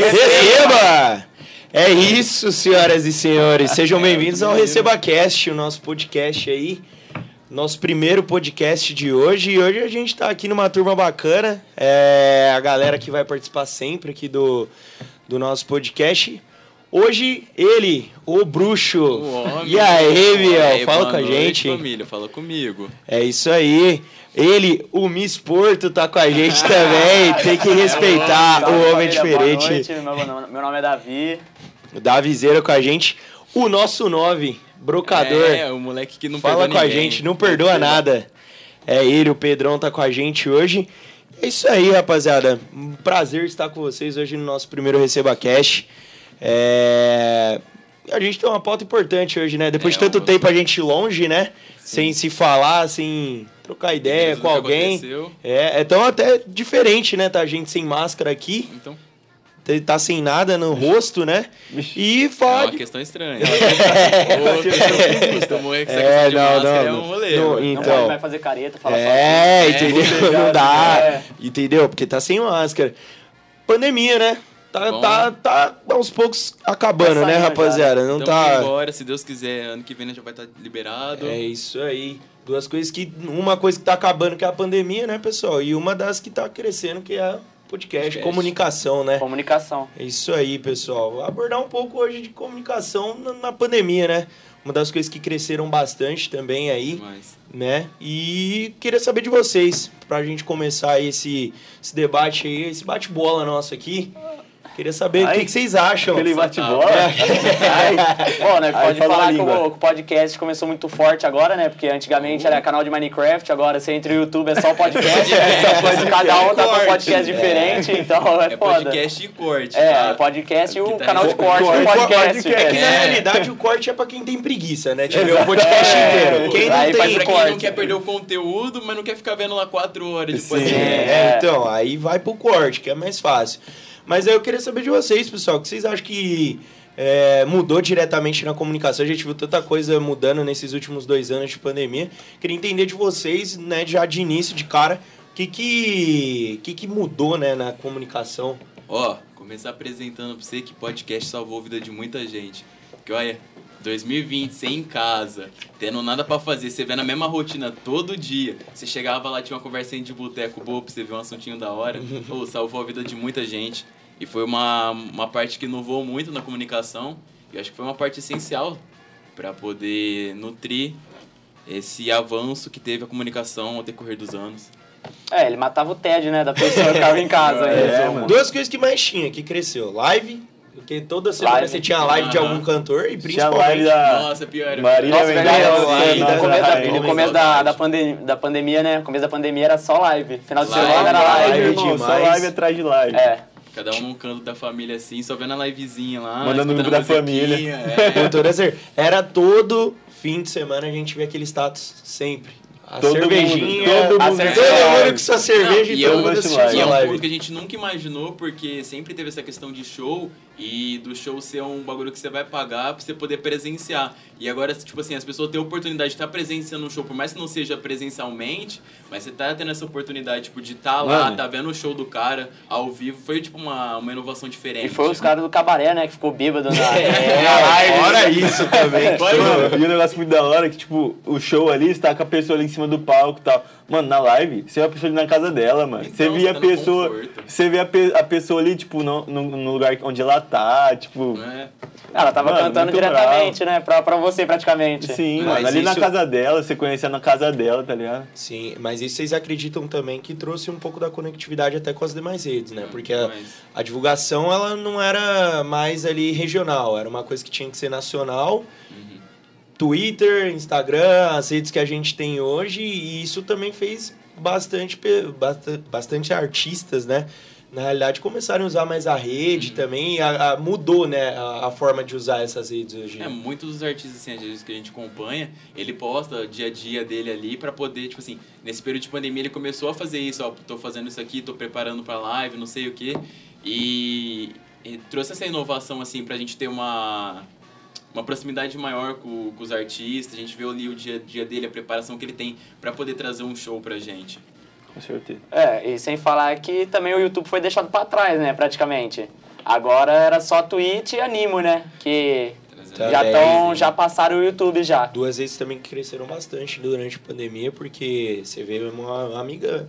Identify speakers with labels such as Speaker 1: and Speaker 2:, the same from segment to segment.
Speaker 1: Receba! É isso, senhoras e senhores. Sejam bem-vindos ao Receba Cast, o nosso podcast aí. Nosso primeiro podcast de hoje. E hoje a gente tá aqui numa turma bacana. É a galera que vai participar sempre aqui do, do nosso podcast. Hoje, ele, o bruxo. e aí, Biel?
Speaker 2: Aí,
Speaker 1: Fala
Speaker 2: boa
Speaker 1: com a
Speaker 2: noite,
Speaker 1: gente.
Speaker 2: família, fala comigo.
Speaker 1: É isso aí. Ele, o Miss Porto, tá com a gente também. Tem que respeitar
Speaker 3: Salve,
Speaker 1: Ah, o homem
Speaker 3: família, boa
Speaker 1: diferente.
Speaker 3: noite. Meu nome, meu nome é Davi.
Speaker 1: da Viseira com a gente. O nosso 9, brocador.
Speaker 2: É, o moleque que não
Speaker 1: Fala
Speaker 2: perdoa
Speaker 1: com a
Speaker 2: ninguém.
Speaker 1: gente, não perdoa nada. É ele, o Pedrão tá com a gente hoje. É isso aí, rapaziada. Um prazer estar com vocês hoje no nosso primeiro Receba Cash. É... A gente tem uma pauta importante hoje, né? Depois
Speaker 2: É,
Speaker 1: de tanto
Speaker 2: eu-
Speaker 1: tempo a gente longe, né? Sem se falar, sem trocar ideia
Speaker 2: Depois do
Speaker 1: com
Speaker 2: que
Speaker 1: alguém.
Speaker 2: aconteceu.
Speaker 1: É, então até diferente, né? Tá a gente sem máscara aqui,
Speaker 2: Então,
Speaker 1: tá sem nada no rosto, né? E
Speaker 2: é
Speaker 1: falar
Speaker 2: uma
Speaker 1: de
Speaker 2: questão estranha. Ô, questão que assusta, o moleque que
Speaker 1: É,
Speaker 2: sai de
Speaker 1: não,
Speaker 2: máscara
Speaker 1: não,
Speaker 2: é um rolê.
Speaker 1: não,
Speaker 2: mano.
Speaker 1: e-
Speaker 3: Não
Speaker 1: Então.
Speaker 3: pode mais fazer careta, falar
Speaker 1: É,
Speaker 2: É,
Speaker 1: entendeu?
Speaker 3: você já-
Speaker 1: Não dá.
Speaker 3: é.
Speaker 1: Entendeu? Porque tá sem máscara. Pandemia, né? Tá,
Speaker 2: Bom.
Speaker 1: tá, tá aos poucos acabando,
Speaker 3: Tá saindo
Speaker 1: né,
Speaker 3: já,
Speaker 1: rapaziada? Não
Speaker 2: Tamo
Speaker 1: tá.
Speaker 2: indo embora, se Deus quiser, ano que vem né, já vai estar liberado.
Speaker 1: É isso aí. Duas coisas que. Uma coisa que tá acabando, que é a pandemia, né, pessoal? E uma das que tá crescendo, que é podcast,
Speaker 2: Podcast.
Speaker 1: comunicação, né?
Speaker 3: Comunicação.
Speaker 1: É isso aí, pessoal. Vou abordar um pouco hoje de comunicação na, na pandemia, né? Uma das coisas que cresceram bastante também aí.
Speaker 2: Mas,
Speaker 1: né? E queria saber de vocês, pra gente começar esse, esse debate aí, esse bate-bola nosso aqui. Queria saber o
Speaker 3: Ai,
Speaker 1: que, que vocês acham.
Speaker 3: Aquele bate-bola. Ai, Bom, né,
Speaker 1: Então, É. Aí
Speaker 3: pode
Speaker 1: fala a
Speaker 3: falar que
Speaker 1: língua.
Speaker 3: o, que o podcast começou muito forte agora, né? Porque antigamente era canal de Minecraft, agora você entra no YouTube é só podcast.
Speaker 2: É, só
Speaker 3: mas Cada um tá
Speaker 2: corte.
Speaker 3: com um podcast
Speaker 1: É.
Speaker 3: diferente, então é,
Speaker 2: é
Speaker 3: foda.
Speaker 2: podcast e corte.
Speaker 3: É,
Speaker 2: tá?
Speaker 3: é podcast e
Speaker 2: Que
Speaker 3: o
Speaker 2: tá
Speaker 3: canal de
Speaker 2: respondendo.
Speaker 1: Corte.
Speaker 3: corte, o podcast. né?
Speaker 1: É que na
Speaker 2: É.
Speaker 1: realidade o corte é pra quem tem preguiça, né? Tipo, o podcast
Speaker 3: É.
Speaker 1: inteiro. Quem não
Speaker 3: Aí
Speaker 1: tem.
Speaker 3: faz
Speaker 2: Pra quem não
Speaker 3: corte.
Speaker 2: quer perder o conteúdo, mas não quer ficar vendo lá quatro horas de
Speaker 1: Sim,
Speaker 2: podcast.
Speaker 1: é, então, aí vai pro corte, que é mais fácil. Mas aí eu queria saber de vocês, pessoal, o que vocês acham que é, mudou diretamente na comunicação? A gente viu tanta coisa mudando nesses últimos dois anos de pandemia. Queria entender de vocês, né, já de início, de cara, o que que, o que, que mudou, né, na comunicação?
Speaker 2: Ó, começar apresentando pra você que podcast salvou a vida de muita gente. Porque olha, 2020, você em casa, tendo nada pra fazer, você vendo a mesma rotina todo dia. Você chegava lá, tinha uma conversinha de boteco boa pra você ver um assuntinho da hora. Ou salvou a vida de muita gente. E foi uma, uma parte que inovou muito na comunicação. E acho que foi uma parte essencial pra poder nutrir esse avanço que teve a comunicação ao decorrer dos anos.
Speaker 3: É, ele matava o tédio, né, da pessoa que tava em casa.
Speaker 2: É,
Speaker 3: né?
Speaker 2: mano.
Speaker 1: Duas coisas que mais tinha, que cresceu. Live, porque toda semana
Speaker 3: Live.
Speaker 1: você tinha live de
Speaker 2: Aham.
Speaker 1: algum cantor e
Speaker 4: é
Speaker 3: Tinha live
Speaker 1: principalmente...
Speaker 3: da-
Speaker 2: Nossa, pior.
Speaker 4: Ah, Marília
Speaker 3: Nossa,
Speaker 4: Mendonça,
Speaker 3: verdade,
Speaker 1: Mendonça,
Speaker 4: é,
Speaker 3: sim,
Speaker 1: Mendonça,
Speaker 3: no começo, da,
Speaker 1: Mendonça,
Speaker 3: no começo da, da, pandem- da pandemia, né? No começo da pandemia era só live. Final de
Speaker 2: Live,
Speaker 3: semana era live.
Speaker 1: live,
Speaker 3: irmão.
Speaker 4: irmão, só
Speaker 1: demais.
Speaker 4: É, live atrás de live.
Speaker 3: É.
Speaker 2: Cada um num canto da família, assim, só vendo a livezinha lá.
Speaker 4: Mandando no
Speaker 2: escutando
Speaker 4: grupo da
Speaker 2: a musiquinha,
Speaker 4: família.
Speaker 2: É.
Speaker 1: Com toda cer- Era todo fim de semana a gente vê aquele status sempre. A
Speaker 4: Todo mundo,
Speaker 1: cervejinha,
Speaker 4: todo
Speaker 1: a
Speaker 3: mundo
Speaker 1: cerve-
Speaker 3: assistindo
Speaker 1: todo
Speaker 4: live.
Speaker 1: mundo com sua cerveja então, e
Speaker 2: Não, e
Speaker 1: todo
Speaker 2: eu
Speaker 1: mundo
Speaker 4: assisto
Speaker 1: assistindo
Speaker 2: E é
Speaker 1: a
Speaker 2: um público que
Speaker 1: live.
Speaker 2: a gente nunca imaginou, porque sempre teve essa questão de show e do show ser um bagulho que você vai pagar pra você poder presenciar. E agora, tipo assim, as pessoas têm a oportunidade de estar presenciando um show, por mais que não seja presencialmente, mas você tá tendo essa oportunidade, tipo, de estar lá,
Speaker 4: Mano.
Speaker 2: tá vendo o show do cara ao vivo. Foi, tipo, uma, uma inovação diferente. tipo,
Speaker 3: E foi os caras do cabaré, né? Que ficou bêbado na,
Speaker 1: É,
Speaker 3: na live.
Speaker 1: Fora isso também.
Speaker 2: Vai,
Speaker 1: Mano,
Speaker 4: Mano, e o negócio muito da hora é que, tipo, o show ali está com a pessoa ali em cima do palco e tal. Mano, na live, você vê a pessoa ali na casa dela, mano.
Speaker 2: Então,
Speaker 4: você
Speaker 2: você
Speaker 4: vê
Speaker 2: tá
Speaker 4: a
Speaker 2: no
Speaker 4: pessoa.
Speaker 2: conforto.
Speaker 4: Você vê a, pe- a pessoa ali, tipo, no, no- no lugar onde ela tá, tipo.
Speaker 2: né?
Speaker 3: Ela tava
Speaker 4: Mano,
Speaker 3: cantando
Speaker 4: muito
Speaker 3: diretamente, né? Pra, pra você, praticamente.
Speaker 4: Sim,
Speaker 1: Mas
Speaker 4: mano. Ali na
Speaker 1: isso-
Speaker 4: casa dela, você conhecendo a casa dela, tá ligado?
Speaker 1: Sim, mas isso vocês acreditam também que trouxe um pouco da conectividade até com as demais redes, né? Porque a,
Speaker 2: Mas-
Speaker 1: a divulgação ela não era mais ali regional, era uma coisa que tinha que ser nacional. Twitter, Instagram, as redes que a gente tem hoje, e isso também fez bastante, pe- basta- bastante artistas, né? Na realidade, começaram a usar mais a rede também, e a- a- mudou, né, a, a forma de usar essas redes hoje.
Speaker 2: É, muitos dos artistas assim, às vezes, que a gente acompanha, ele posta o dia a dia dele ali pra poder, tipo assim, nesse período de pandemia ele começou a fazer isso, ó, tô fazendo isso aqui, tô preparando pra live, não sei o quê. E, e trouxe essa inovação assim pra gente ter uma uma proximidade maior com, com os artistas, a gente vê ali o dia a dia dele, a preparação que ele tem pra poder trazer um show pra gente.
Speaker 4: Com certeza.
Speaker 3: É, e sem falar que também o YouTube foi deixado pra trás, né? Praticamente. Agora era só Twitch e Animo, né? Que
Speaker 1: Tá
Speaker 3: já,
Speaker 1: bem,
Speaker 3: tão,
Speaker 1: né?
Speaker 3: já passaram o YouTube já.
Speaker 1: Duas vezes também que cresceram bastante durante a pandemia, porque você vê uma uma amiga.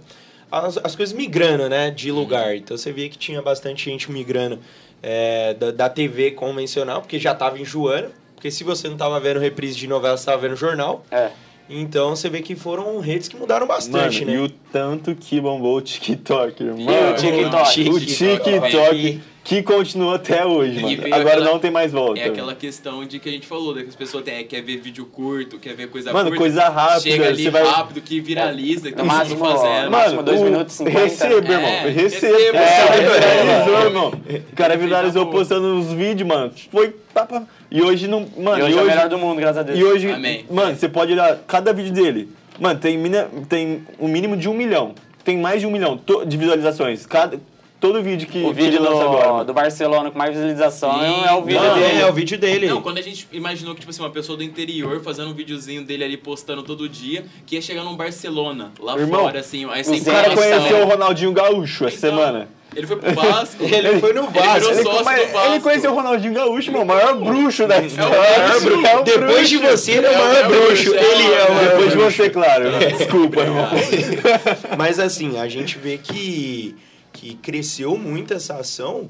Speaker 1: As, as coisas migrando, né? De lugar. Então você via que tinha bastante gente migrando é, da, da TV convencional, porque já tava enjoando. Porque se você não tava vendo reprise de novela, você tava vendo jornal.
Speaker 3: É.
Speaker 1: Então você vê que foram redes que mudaram bastante,
Speaker 4: Mano,
Speaker 1: né?
Speaker 4: e o tanto que bombou o TikTok, irmão.
Speaker 3: o TikTok?
Speaker 4: O
Speaker 1: TikTok.
Speaker 4: TikTok que continuou até hoje,
Speaker 2: E
Speaker 4: mano.
Speaker 2: veio
Speaker 4: Agora
Speaker 2: aquela-
Speaker 4: não tem mais volta.
Speaker 2: É aquela questão de que a gente falou, né? Que as pessoas têm, quer ver vídeo curto, quer ver coisa
Speaker 4: Mano,
Speaker 2: curta.
Speaker 4: coisa rápida,
Speaker 2: Chega ali
Speaker 4: você vai-
Speaker 2: rápido, que viraliza,
Speaker 1: É,
Speaker 2: que tá
Speaker 3: Máximo,
Speaker 2: máximo fazendo.
Speaker 3: mano, máximo dois
Speaker 4: o-
Speaker 3: minutos e cinquenta.
Speaker 4: um Receba,
Speaker 2: É,
Speaker 4: irmão. Receba.
Speaker 2: receba,
Speaker 4: É,
Speaker 1: receba,
Speaker 4: viralizou,
Speaker 2: mano.
Speaker 4: irmão. O cara viralizou
Speaker 2: Feijão.
Speaker 4: postando os vídeos, mano. Foi. Tapa. E hoje não. Mano,
Speaker 3: E hoje é o melhor do mundo, graças a Deus.
Speaker 4: E hoje,
Speaker 2: Amém.
Speaker 4: mano, você pode olhar cada vídeo dele. Mano, tem, mina- tem um mínimo de um milhão. Tem mais de um milhão to- de visualizações. Cada, todo vídeo que,
Speaker 3: O
Speaker 4: que ele
Speaker 3: vídeo
Speaker 4: lança agora. mano.
Speaker 3: do, do Barcelona com mais visualização
Speaker 2: Sim.
Speaker 3: é o vídeo
Speaker 1: Não,
Speaker 3: dele.
Speaker 1: é, é o vídeo dele.
Speaker 2: Não, quando a gente imaginou que, tipo assim, uma pessoa do interior fazendo um videozinho dele ali postando todo dia, que ia chegar num Barcelona, lá
Speaker 4: Irmão,
Speaker 2: fora, assim, aí sem
Speaker 4: O cara
Speaker 3: Sim,
Speaker 4: conheceu
Speaker 3: sim.
Speaker 4: o Ronaldinho Gaúcho essa semana.
Speaker 2: né? Ele foi pro Vasco.
Speaker 1: Ele foi no Vasco.
Speaker 2: Então, Ele virou
Speaker 1: Ele-
Speaker 2: sócio
Speaker 4: mas
Speaker 2: do Vasco.
Speaker 4: ele conheceu o Ronaldinho Gaúcho, meu, o maior bruxo da história.
Speaker 2: maior bruxo.
Speaker 4: É o
Speaker 1: Depois de
Speaker 4: bruxo.
Speaker 1: você, ele é o maior bruxo. Ele é o maior
Speaker 4: Depois de
Speaker 1: bruxo.
Speaker 4: você, claro. Desculpa, irmão.
Speaker 1: Mas assim, a gente vê que, que cresceu muito essa ação,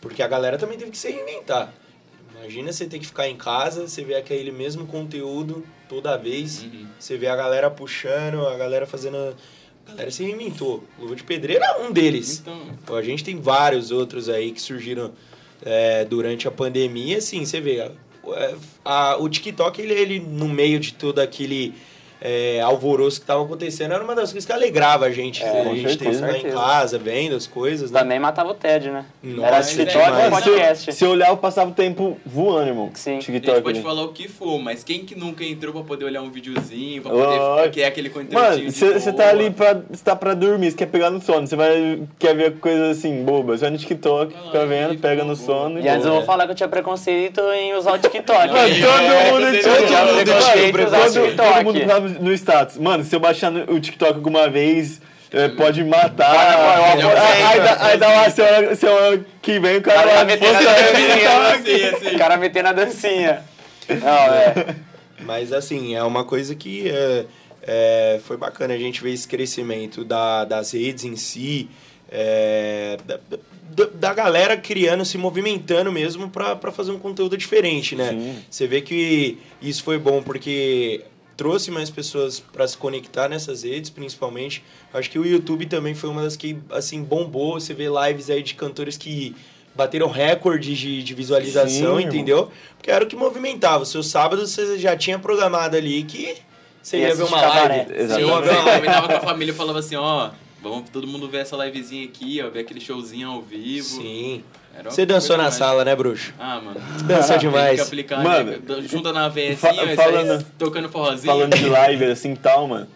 Speaker 1: porque a galera também teve que se reinventar. Imagina você ter que ficar em casa, você vê aquele mesmo conteúdo toda vez,
Speaker 2: Uhum.
Speaker 1: você vê a galera puxando, a galera fazendo. A galera se reinventou. Luva de Pedreiro é um deles.
Speaker 2: Então,
Speaker 1: Então, a gente tem vários outros aí que surgiram é, durante a pandemia, assim, você vê. a- a- o TikTok, ele, ele, no meio de todo aquele é, alvoroço que estava acontecendo, era uma das coisas que alegrava a gente. né? a
Speaker 4: É, com
Speaker 1: gente ter
Speaker 4: certeza, Tá
Speaker 1: isso lá em
Speaker 3: certeza.
Speaker 1: casa, vendo as coisas, né?
Speaker 3: Também matava o tédio, né?
Speaker 1: Nossa,
Speaker 3: era
Speaker 1: é
Speaker 3: TikTok e
Speaker 1: demais.
Speaker 3: um podcast.
Speaker 4: Se eu olhar, eu passava o tempo voando, irmão.
Speaker 3: Sim.
Speaker 2: a gente
Speaker 4: TikTok.
Speaker 2: pode
Speaker 4: né?
Speaker 2: falar o que for, mas quem que nunca entrou pra poder olhar um videozinho, pra poder ficar,
Speaker 4: Lógico.
Speaker 2: que é aquele conteúdo
Speaker 4: Mano,
Speaker 2: tipo,
Speaker 4: você tá ali pra, cê tá pra dormir, você quer pegar no sono, você vai quer ver coisas assim, bobas. Você vai no TikTok,
Speaker 2: Vai lá,
Speaker 4: fica vendo,
Speaker 2: e
Speaker 4: pega no
Speaker 2: Ah, boa.
Speaker 4: sono e.
Speaker 3: E antes eu
Speaker 4: boa.
Speaker 3: vou falar que eu tinha preconceito em usar o TikTok.
Speaker 2: Não,
Speaker 4: Mano,
Speaker 2: É,
Speaker 4: todo mundo
Speaker 2: é,
Speaker 4: tinha.
Speaker 2: todo mundo
Speaker 1: tinha
Speaker 4: Mano, todo-
Speaker 1: preconceito
Speaker 4: todo-
Speaker 3: TikTok.
Speaker 4: Todo mundo tava no status. Mano, se eu baixar no- o TikTok alguma vez, é, pode matar.
Speaker 2: vai, vai, vai.
Speaker 4: Aí dá- Aí dá uma semana, semana que vem o cara é
Speaker 3: Vai
Speaker 4: vai
Speaker 3: lá meter na
Speaker 4: postar no TikTok.
Speaker 2: dancinha.
Speaker 3: O cara metendo a dancinha. Não, é.
Speaker 1: Mas assim, é uma coisa que é, é, foi bacana a gente ver esse crescimento da, das redes em si, é, da, da- da galera criando, se movimentando mesmo pra pra fazer um conteúdo diferente, né?
Speaker 4: Sim.
Speaker 1: Você vê que isso foi bom porque trouxe mais pessoas pra se conectar nessas redes, principalmente. Acho que o YouTube também foi uma das que assim bombou. Você vê lives aí de cantores que bateram recordes de, de visualização,
Speaker 4: Sim,
Speaker 1: entendeu? Porque era o que movimentava. O seu sábado você já tinha programado ali que você
Speaker 3: Ia
Speaker 1: ia ver uma
Speaker 3: assistir cabaré.
Speaker 1: live. Você
Speaker 2: Sim,
Speaker 1: ia
Speaker 2: eu
Speaker 1: ver uma live.
Speaker 2: comentava com a família e falava assim, ó, vamos todo mundo ver essa livezinha aqui, ó, ver aquele showzinho ao vivo.
Speaker 1: Sim.
Speaker 2: Era uma
Speaker 1: Você dançou
Speaker 2: coisa
Speaker 1: na
Speaker 2: mais-
Speaker 1: sala, né, bruxo?
Speaker 2: Ah, mano.
Speaker 1: Dançou
Speaker 2: Tem que
Speaker 1: demais.
Speaker 2: aplicar,
Speaker 4: Mano,
Speaker 2: né? Dan- Junta na veinha
Speaker 4: fa-
Speaker 2: assim, ó, e
Speaker 4: falando-
Speaker 2: sai tocando forrozinho.
Speaker 4: Falando de live, assim e tal, mano.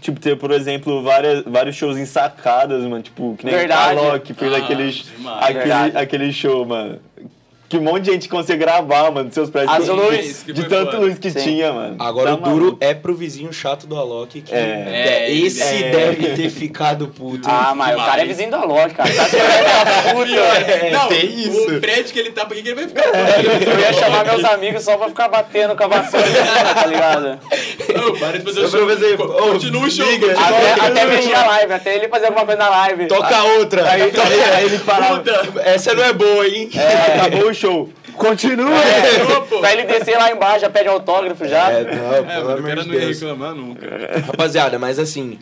Speaker 4: Tipo, ter, por exemplo, várias, vários shows em sacadas, mano. Tipo, que nem
Speaker 3: Verdade.
Speaker 4: o Alok fez
Speaker 2: Ah,
Speaker 4: aquele,
Speaker 2: demais.
Speaker 4: aquele,
Speaker 3: Verdade.
Speaker 4: aquele show, mano. Que um monte de gente conseguia gravar, mano, dos seus prédios.
Speaker 3: As
Speaker 4: de-
Speaker 3: luzes
Speaker 2: que
Speaker 4: De
Speaker 2: foi
Speaker 4: tanto
Speaker 2: foda.
Speaker 4: luz que
Speaker 3: Sim.
Speaker 4: tinha, mano.
Speaker 1: Agora o
Speaker 4: Tá
Speaker 1: duro
Speaker 4: maluco.
Speaker 1: é pro vizinho chato do Alok que
Speaker 4: É.
Speaker 1: de- esse
Speaker 4: É.
Speaker 1: deve ter ficado puto.
Speaker 3: Ah, mas o cara é vizinho do Alok, cara. Tá se
Speaker 1: É,
Speaker 2: Não,
Speaker 1: tem
Speaker 2: o
Speaker 1: isso.
Speaker 2: prédio que ele tá, por que que ele vai ficar? puto?
Speaker 3: Eu ia chamar meus amigos só pra ficar batendo com a vassoura, tá ligado?
Speaker 2: Ô, para de fazer
Speaker 1: Só
Speaker 2: o show.
Speaker 1: pra fazer-
Speaker 2: Co-
Speaker 1: Ô,
Speaker 2: Continua o show.
Speaker 1: liga.
Speaker 2: continua.
Speaker 3: Até, até mexer a live, até ele fazer alguma coisa na live.
Speaker 1: Toca outra.
Speaker 4: Aí, aí- aí ele parava.
Speaker 1: Puta, Essa não é boa, hein?
Speaker 4: Acabou o show. É. Continua!
Speaker 2: Continua, pô.
Speaker 3: Pra ele descer lá embaixo, já pede autógrafo já.
Speaker 1: É, não,
Speaker 2: É,
Speaker 1: pelo
Speaker 2: mano, o
Speaker 1: amor
Speaker 2: cara
Speaker 1: de
Speaker 2: não ia
Speaker 1: Deus.
Speaker 2: reclamar nunca.
Speaker 1: Rapaziada, mas assim,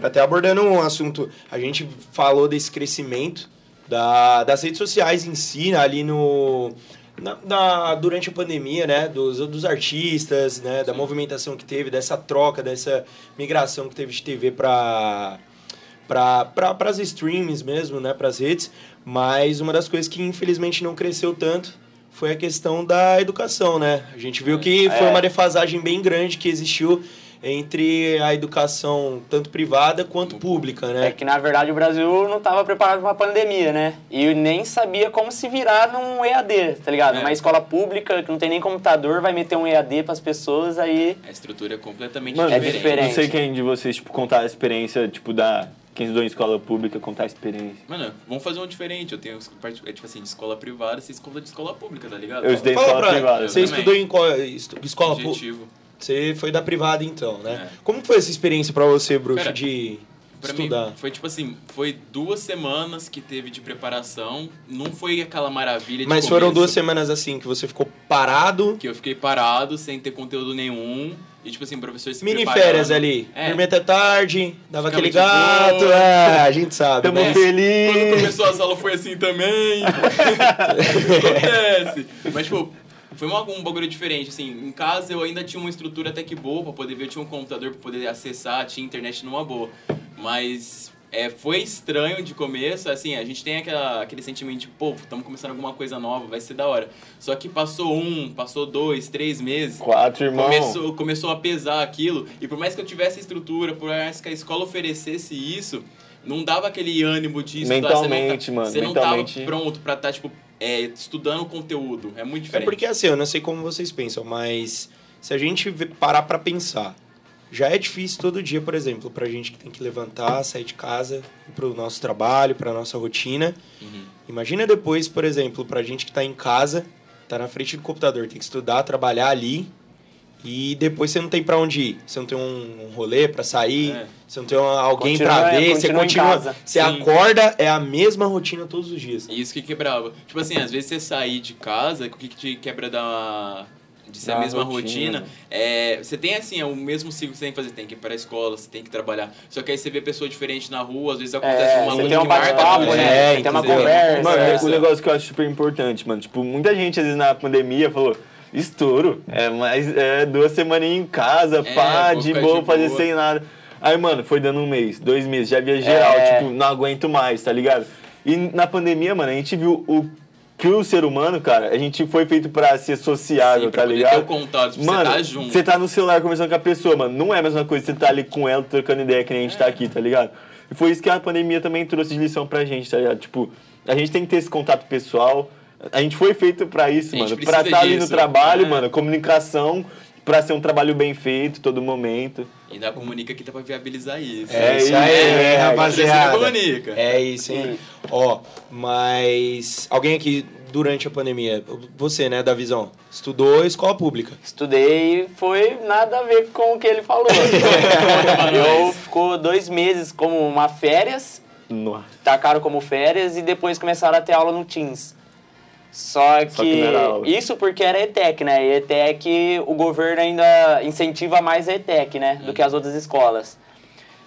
Speaker 1: até abordando um assunto, a gente falou desse crescimento da, das redes sociais em si, né, ali no. na- na- durante a pandemia, né? Dos, dos artistas, né? Da movimentação que teve, dessa troca, dessa migração que teve de TV pra. Para as streams mesmo, né? Para as redes. Mas uma das coisas que infelizmente não cresceu tanto foi a questão da educação, né? A gente viu que foi
Speaker 3: É.
Speaker 1: uma defasagem bem grande que existiu entre a educação tanto privada quanto pública,
Speaker 3: É
Speaker 1: né?
Speaker 3: que na verdade o Brasil não estava preparado para uma pandemia, né? E nem sabia como se virar num EAD, tá ligado?
Speaker 2: É.
Speaker 3: Uma escola pública que não tem nem computador vai meter um EAD para as pessoas aí.
Speaker 2: A estrutura é completamente
Speaker 4: Mano,
Speaker 3: É
Speaker 2: diferente.
Speaker 3: diferente.
Speaker 4: não sei quem de vocês, tipo, contar a experiência, tipo, da, Quem estudou em escola pública contar a experiência.
Speaker 2: Mano, vamos fazer um diferente. Eu tenho parte, é tipo assim, de escola privada, você escola de escola pública, tá ligado?
Speaker 4: Eu estudei em
Speaker 1: Fala
Speaker 4: escola
Speaker 1: pra
Speaker 4: privada.
Speaker 1: Você
Speaker 2: Eu
Speaker 1: estudou em qual, estu- escola pública?
Speaker 2: Objetivo.
Speaker 1: Você foi da privada então, né?
Speaker 2: É.
Speaker 1: Como que foi essa experiência pra você, bruxo,
Speaker 2: Cara,
Speaker 1: de
Speaker 2: Pra
Speaker 1: estudar?
Speaker 2: mim, foi tipo assim, foi duas semanas que teve de preparação. Não foi aquela maravilha de
Speaker 1: Mas foram
Speaker 2: começo,
Speaker 1: duas semanas assim que você ficou parado,
Speaker 2: Que eu fiquei parado, sem ter conteúdo nenhum. E tipo assim, o professor se
Speaker 1: mini
Speaker 2: preparando.
Speaker 1: férias ali.
Speaker 2: É.
Speaker 1: Dormia até tarde, dava
Speaker 2: Ficava
Speaker 1: aquele
Speaker 2: de boa.
Speaker 1: gato, é, a gente sabe.
Speaker 4: Tamo
Speaker 1: né?
Speaker 2: Quando
Speaker 4: feliz!
Speaker 2: começou a sala foi assim também. Acontece. Mas, tipo, foi uma- um bagulho diferente, assim. Em casa eu ainda tinha uma estrutura até que boa pra poder ver. Eu tinha um computador pra poder acessar, tinha internet numa boa. Mas... É, foi estranho de começo, assim, a gente tem aquela- aquele sentimento de, pô, estamos começando alguma coisa nova, vai ser da hora. Só que passou um, passou dois, três meses,
Speaker 4: Quatro irmãos.
Speaker 2: Começou, começou a pesar aquilo, e por mais que eu tivesse estrutura, por mais que a escola oferecesse isso, não dava aquele ânimo de estudar.
Speaker 4: Mentalmente,
Speaker 2: você não, tá-
Speaker 4: mano,
Speaker 2: Você
Speaker 4: mentalmente.
Speaker 2: não tava pronto pra estar, tipo, é, estudando o conteúdo. É muito
Speaker 1: É
Speaker 2: diferente.
Speaker 1: porque assim, eu não sei como vocês pensam, mas se a gente vê- parar pra pensar, já é difícil todo dia, por exemplo, pra gente que tem que levantar, sair de casa, ir pro nosso trabalho, pra nossa rotina.
Speaker 2: Uhum.
Speaker 1: Imagina depois, por exemplo, pra gente que tá em casa, tá na frente do computador, tem que estudar, trabalhar ali. E depois você não tem pra onde ir. Você não tem um um rolê pra sair,
Speaker 2: É.
Speaker 1: você não tem uma- alguém
Speaker 3: Continua-
Speaker 1: pra
Speaker 3: é,
Speaker 1: ver, você
Speaker 3: continua em
Speaker 1: continua.
Speaker 3: casa.
Speaker 1: Você
Speaker 2: Sim.
Speaker 1: acorda, é a mesma rotina todos os dias.
Speaker 2: E isso que quebrava. Tipo assim, às vezes você sair de casa, o que, que te quebra da. De ser a
Speaker 4: Da
Speaker 2: mesma
Speaker 4: rotina.
Speaker 2: rotina. é, você tem assim, é o mesmo ciclo que você tem que fazer. Tem que ir pra escola, você tem que trabalhar. Só que aí você vê pessoa diferente na rua, às vezes acontece
Speaker 3: É,
Speaker 2: uma
Speaker 3: você
Speaker 2: coisa
Speaker 3: tem um
Speaker 2: que marca
Speaker 3: bate-papo,
Speaker 2: tua
Speaker 1: né?
Speaker 2: vida,
Speaker 1: Tem uma
Speaker 2: entendeu?
Speaker 3: conversa,
Speaker 4: Mano,
Speaker 3: é.
Speaker 4: o negócio que eu acho super importante, mano. Tipo, muita gente, às vezes, na pandemia falou, estouro. É, mas é duas semaninhas em casa,
Speaker 2: É,
Speaker 4: pá,
Speaker 2: vou
Speaker 4: de
Speaker 2: ficar
Speaker 4: boa,
Speaker 2: de
Speaker 4: fazer
Speaker 2: boa.
Speaker 4: sem nada. Aí, mano, foi dando um mês, dois meses, já via geral,
Speaker 3: É.
Speaker 4: tipo, não aguento mais, tá ligado? E na pandemia, mano, a gente viu o que o ser humano, cara, a gente foi feito pra ser sociável,
Speaker 2: Sim, pra
Speaker 4: tá
Speaker 2: poder
Speaker 4: ligado?
Speaker 2: ter o contato, tipo, você
Speaker 4: mano,
Speaker 2: tá junto.
Speaker 4: Você tá no celular conversando com a pessoa, mano. Não é a mesma coisa que você tá ali com ela trocando ideia que nem a gente tá aqui, tá ligado? E foi isso que a pandemia também trouxe de lição pra gente, tá ligado? Tipo, a gente tem que ter esse contato pessoal. A gente foi feito pra isso,
Speaker 2: A gente
Speaker 4: mano. Pra
Speaker 2: precisa
Speaker 4: estar ali no
Speaker 2: disso,
Speaker 4: trabalho,
Speaker 2: né?
Speaker 4: mano. Comunicação pra ser um trabalho bem feito todo momento.
Speaker 2: E da Comunica aqui tá pra viabilizar isso.
Speaker 1: É isso
Speaker 4: É
Speaker 1: aí,
Speaker 4: isso,
Speaker 1: é,
Speaker 4: é,
Speaker 1: rapaziada.
Speaker 2: patrocina a Bonica.
Speaker 1: É isso, hein? Ó, mas alguém aqui durante a pandemia, você, né, da visão, estudou escola pública.
Speaker 3: Estudei e foi nada a ver com o que ele falou. eu ficou dois meses como uma férias,
Speaker 4: Nossa.
Speaker 3: tacaram como férias e depois começaram a ter aula no Teams. Só que,
Speaker 4: Só que não era aula.
Speaker 3: isso porque era ETEC, né? E ETEC, o governo ainda incentiva mais a ETEC, né? Do que as outras escolas.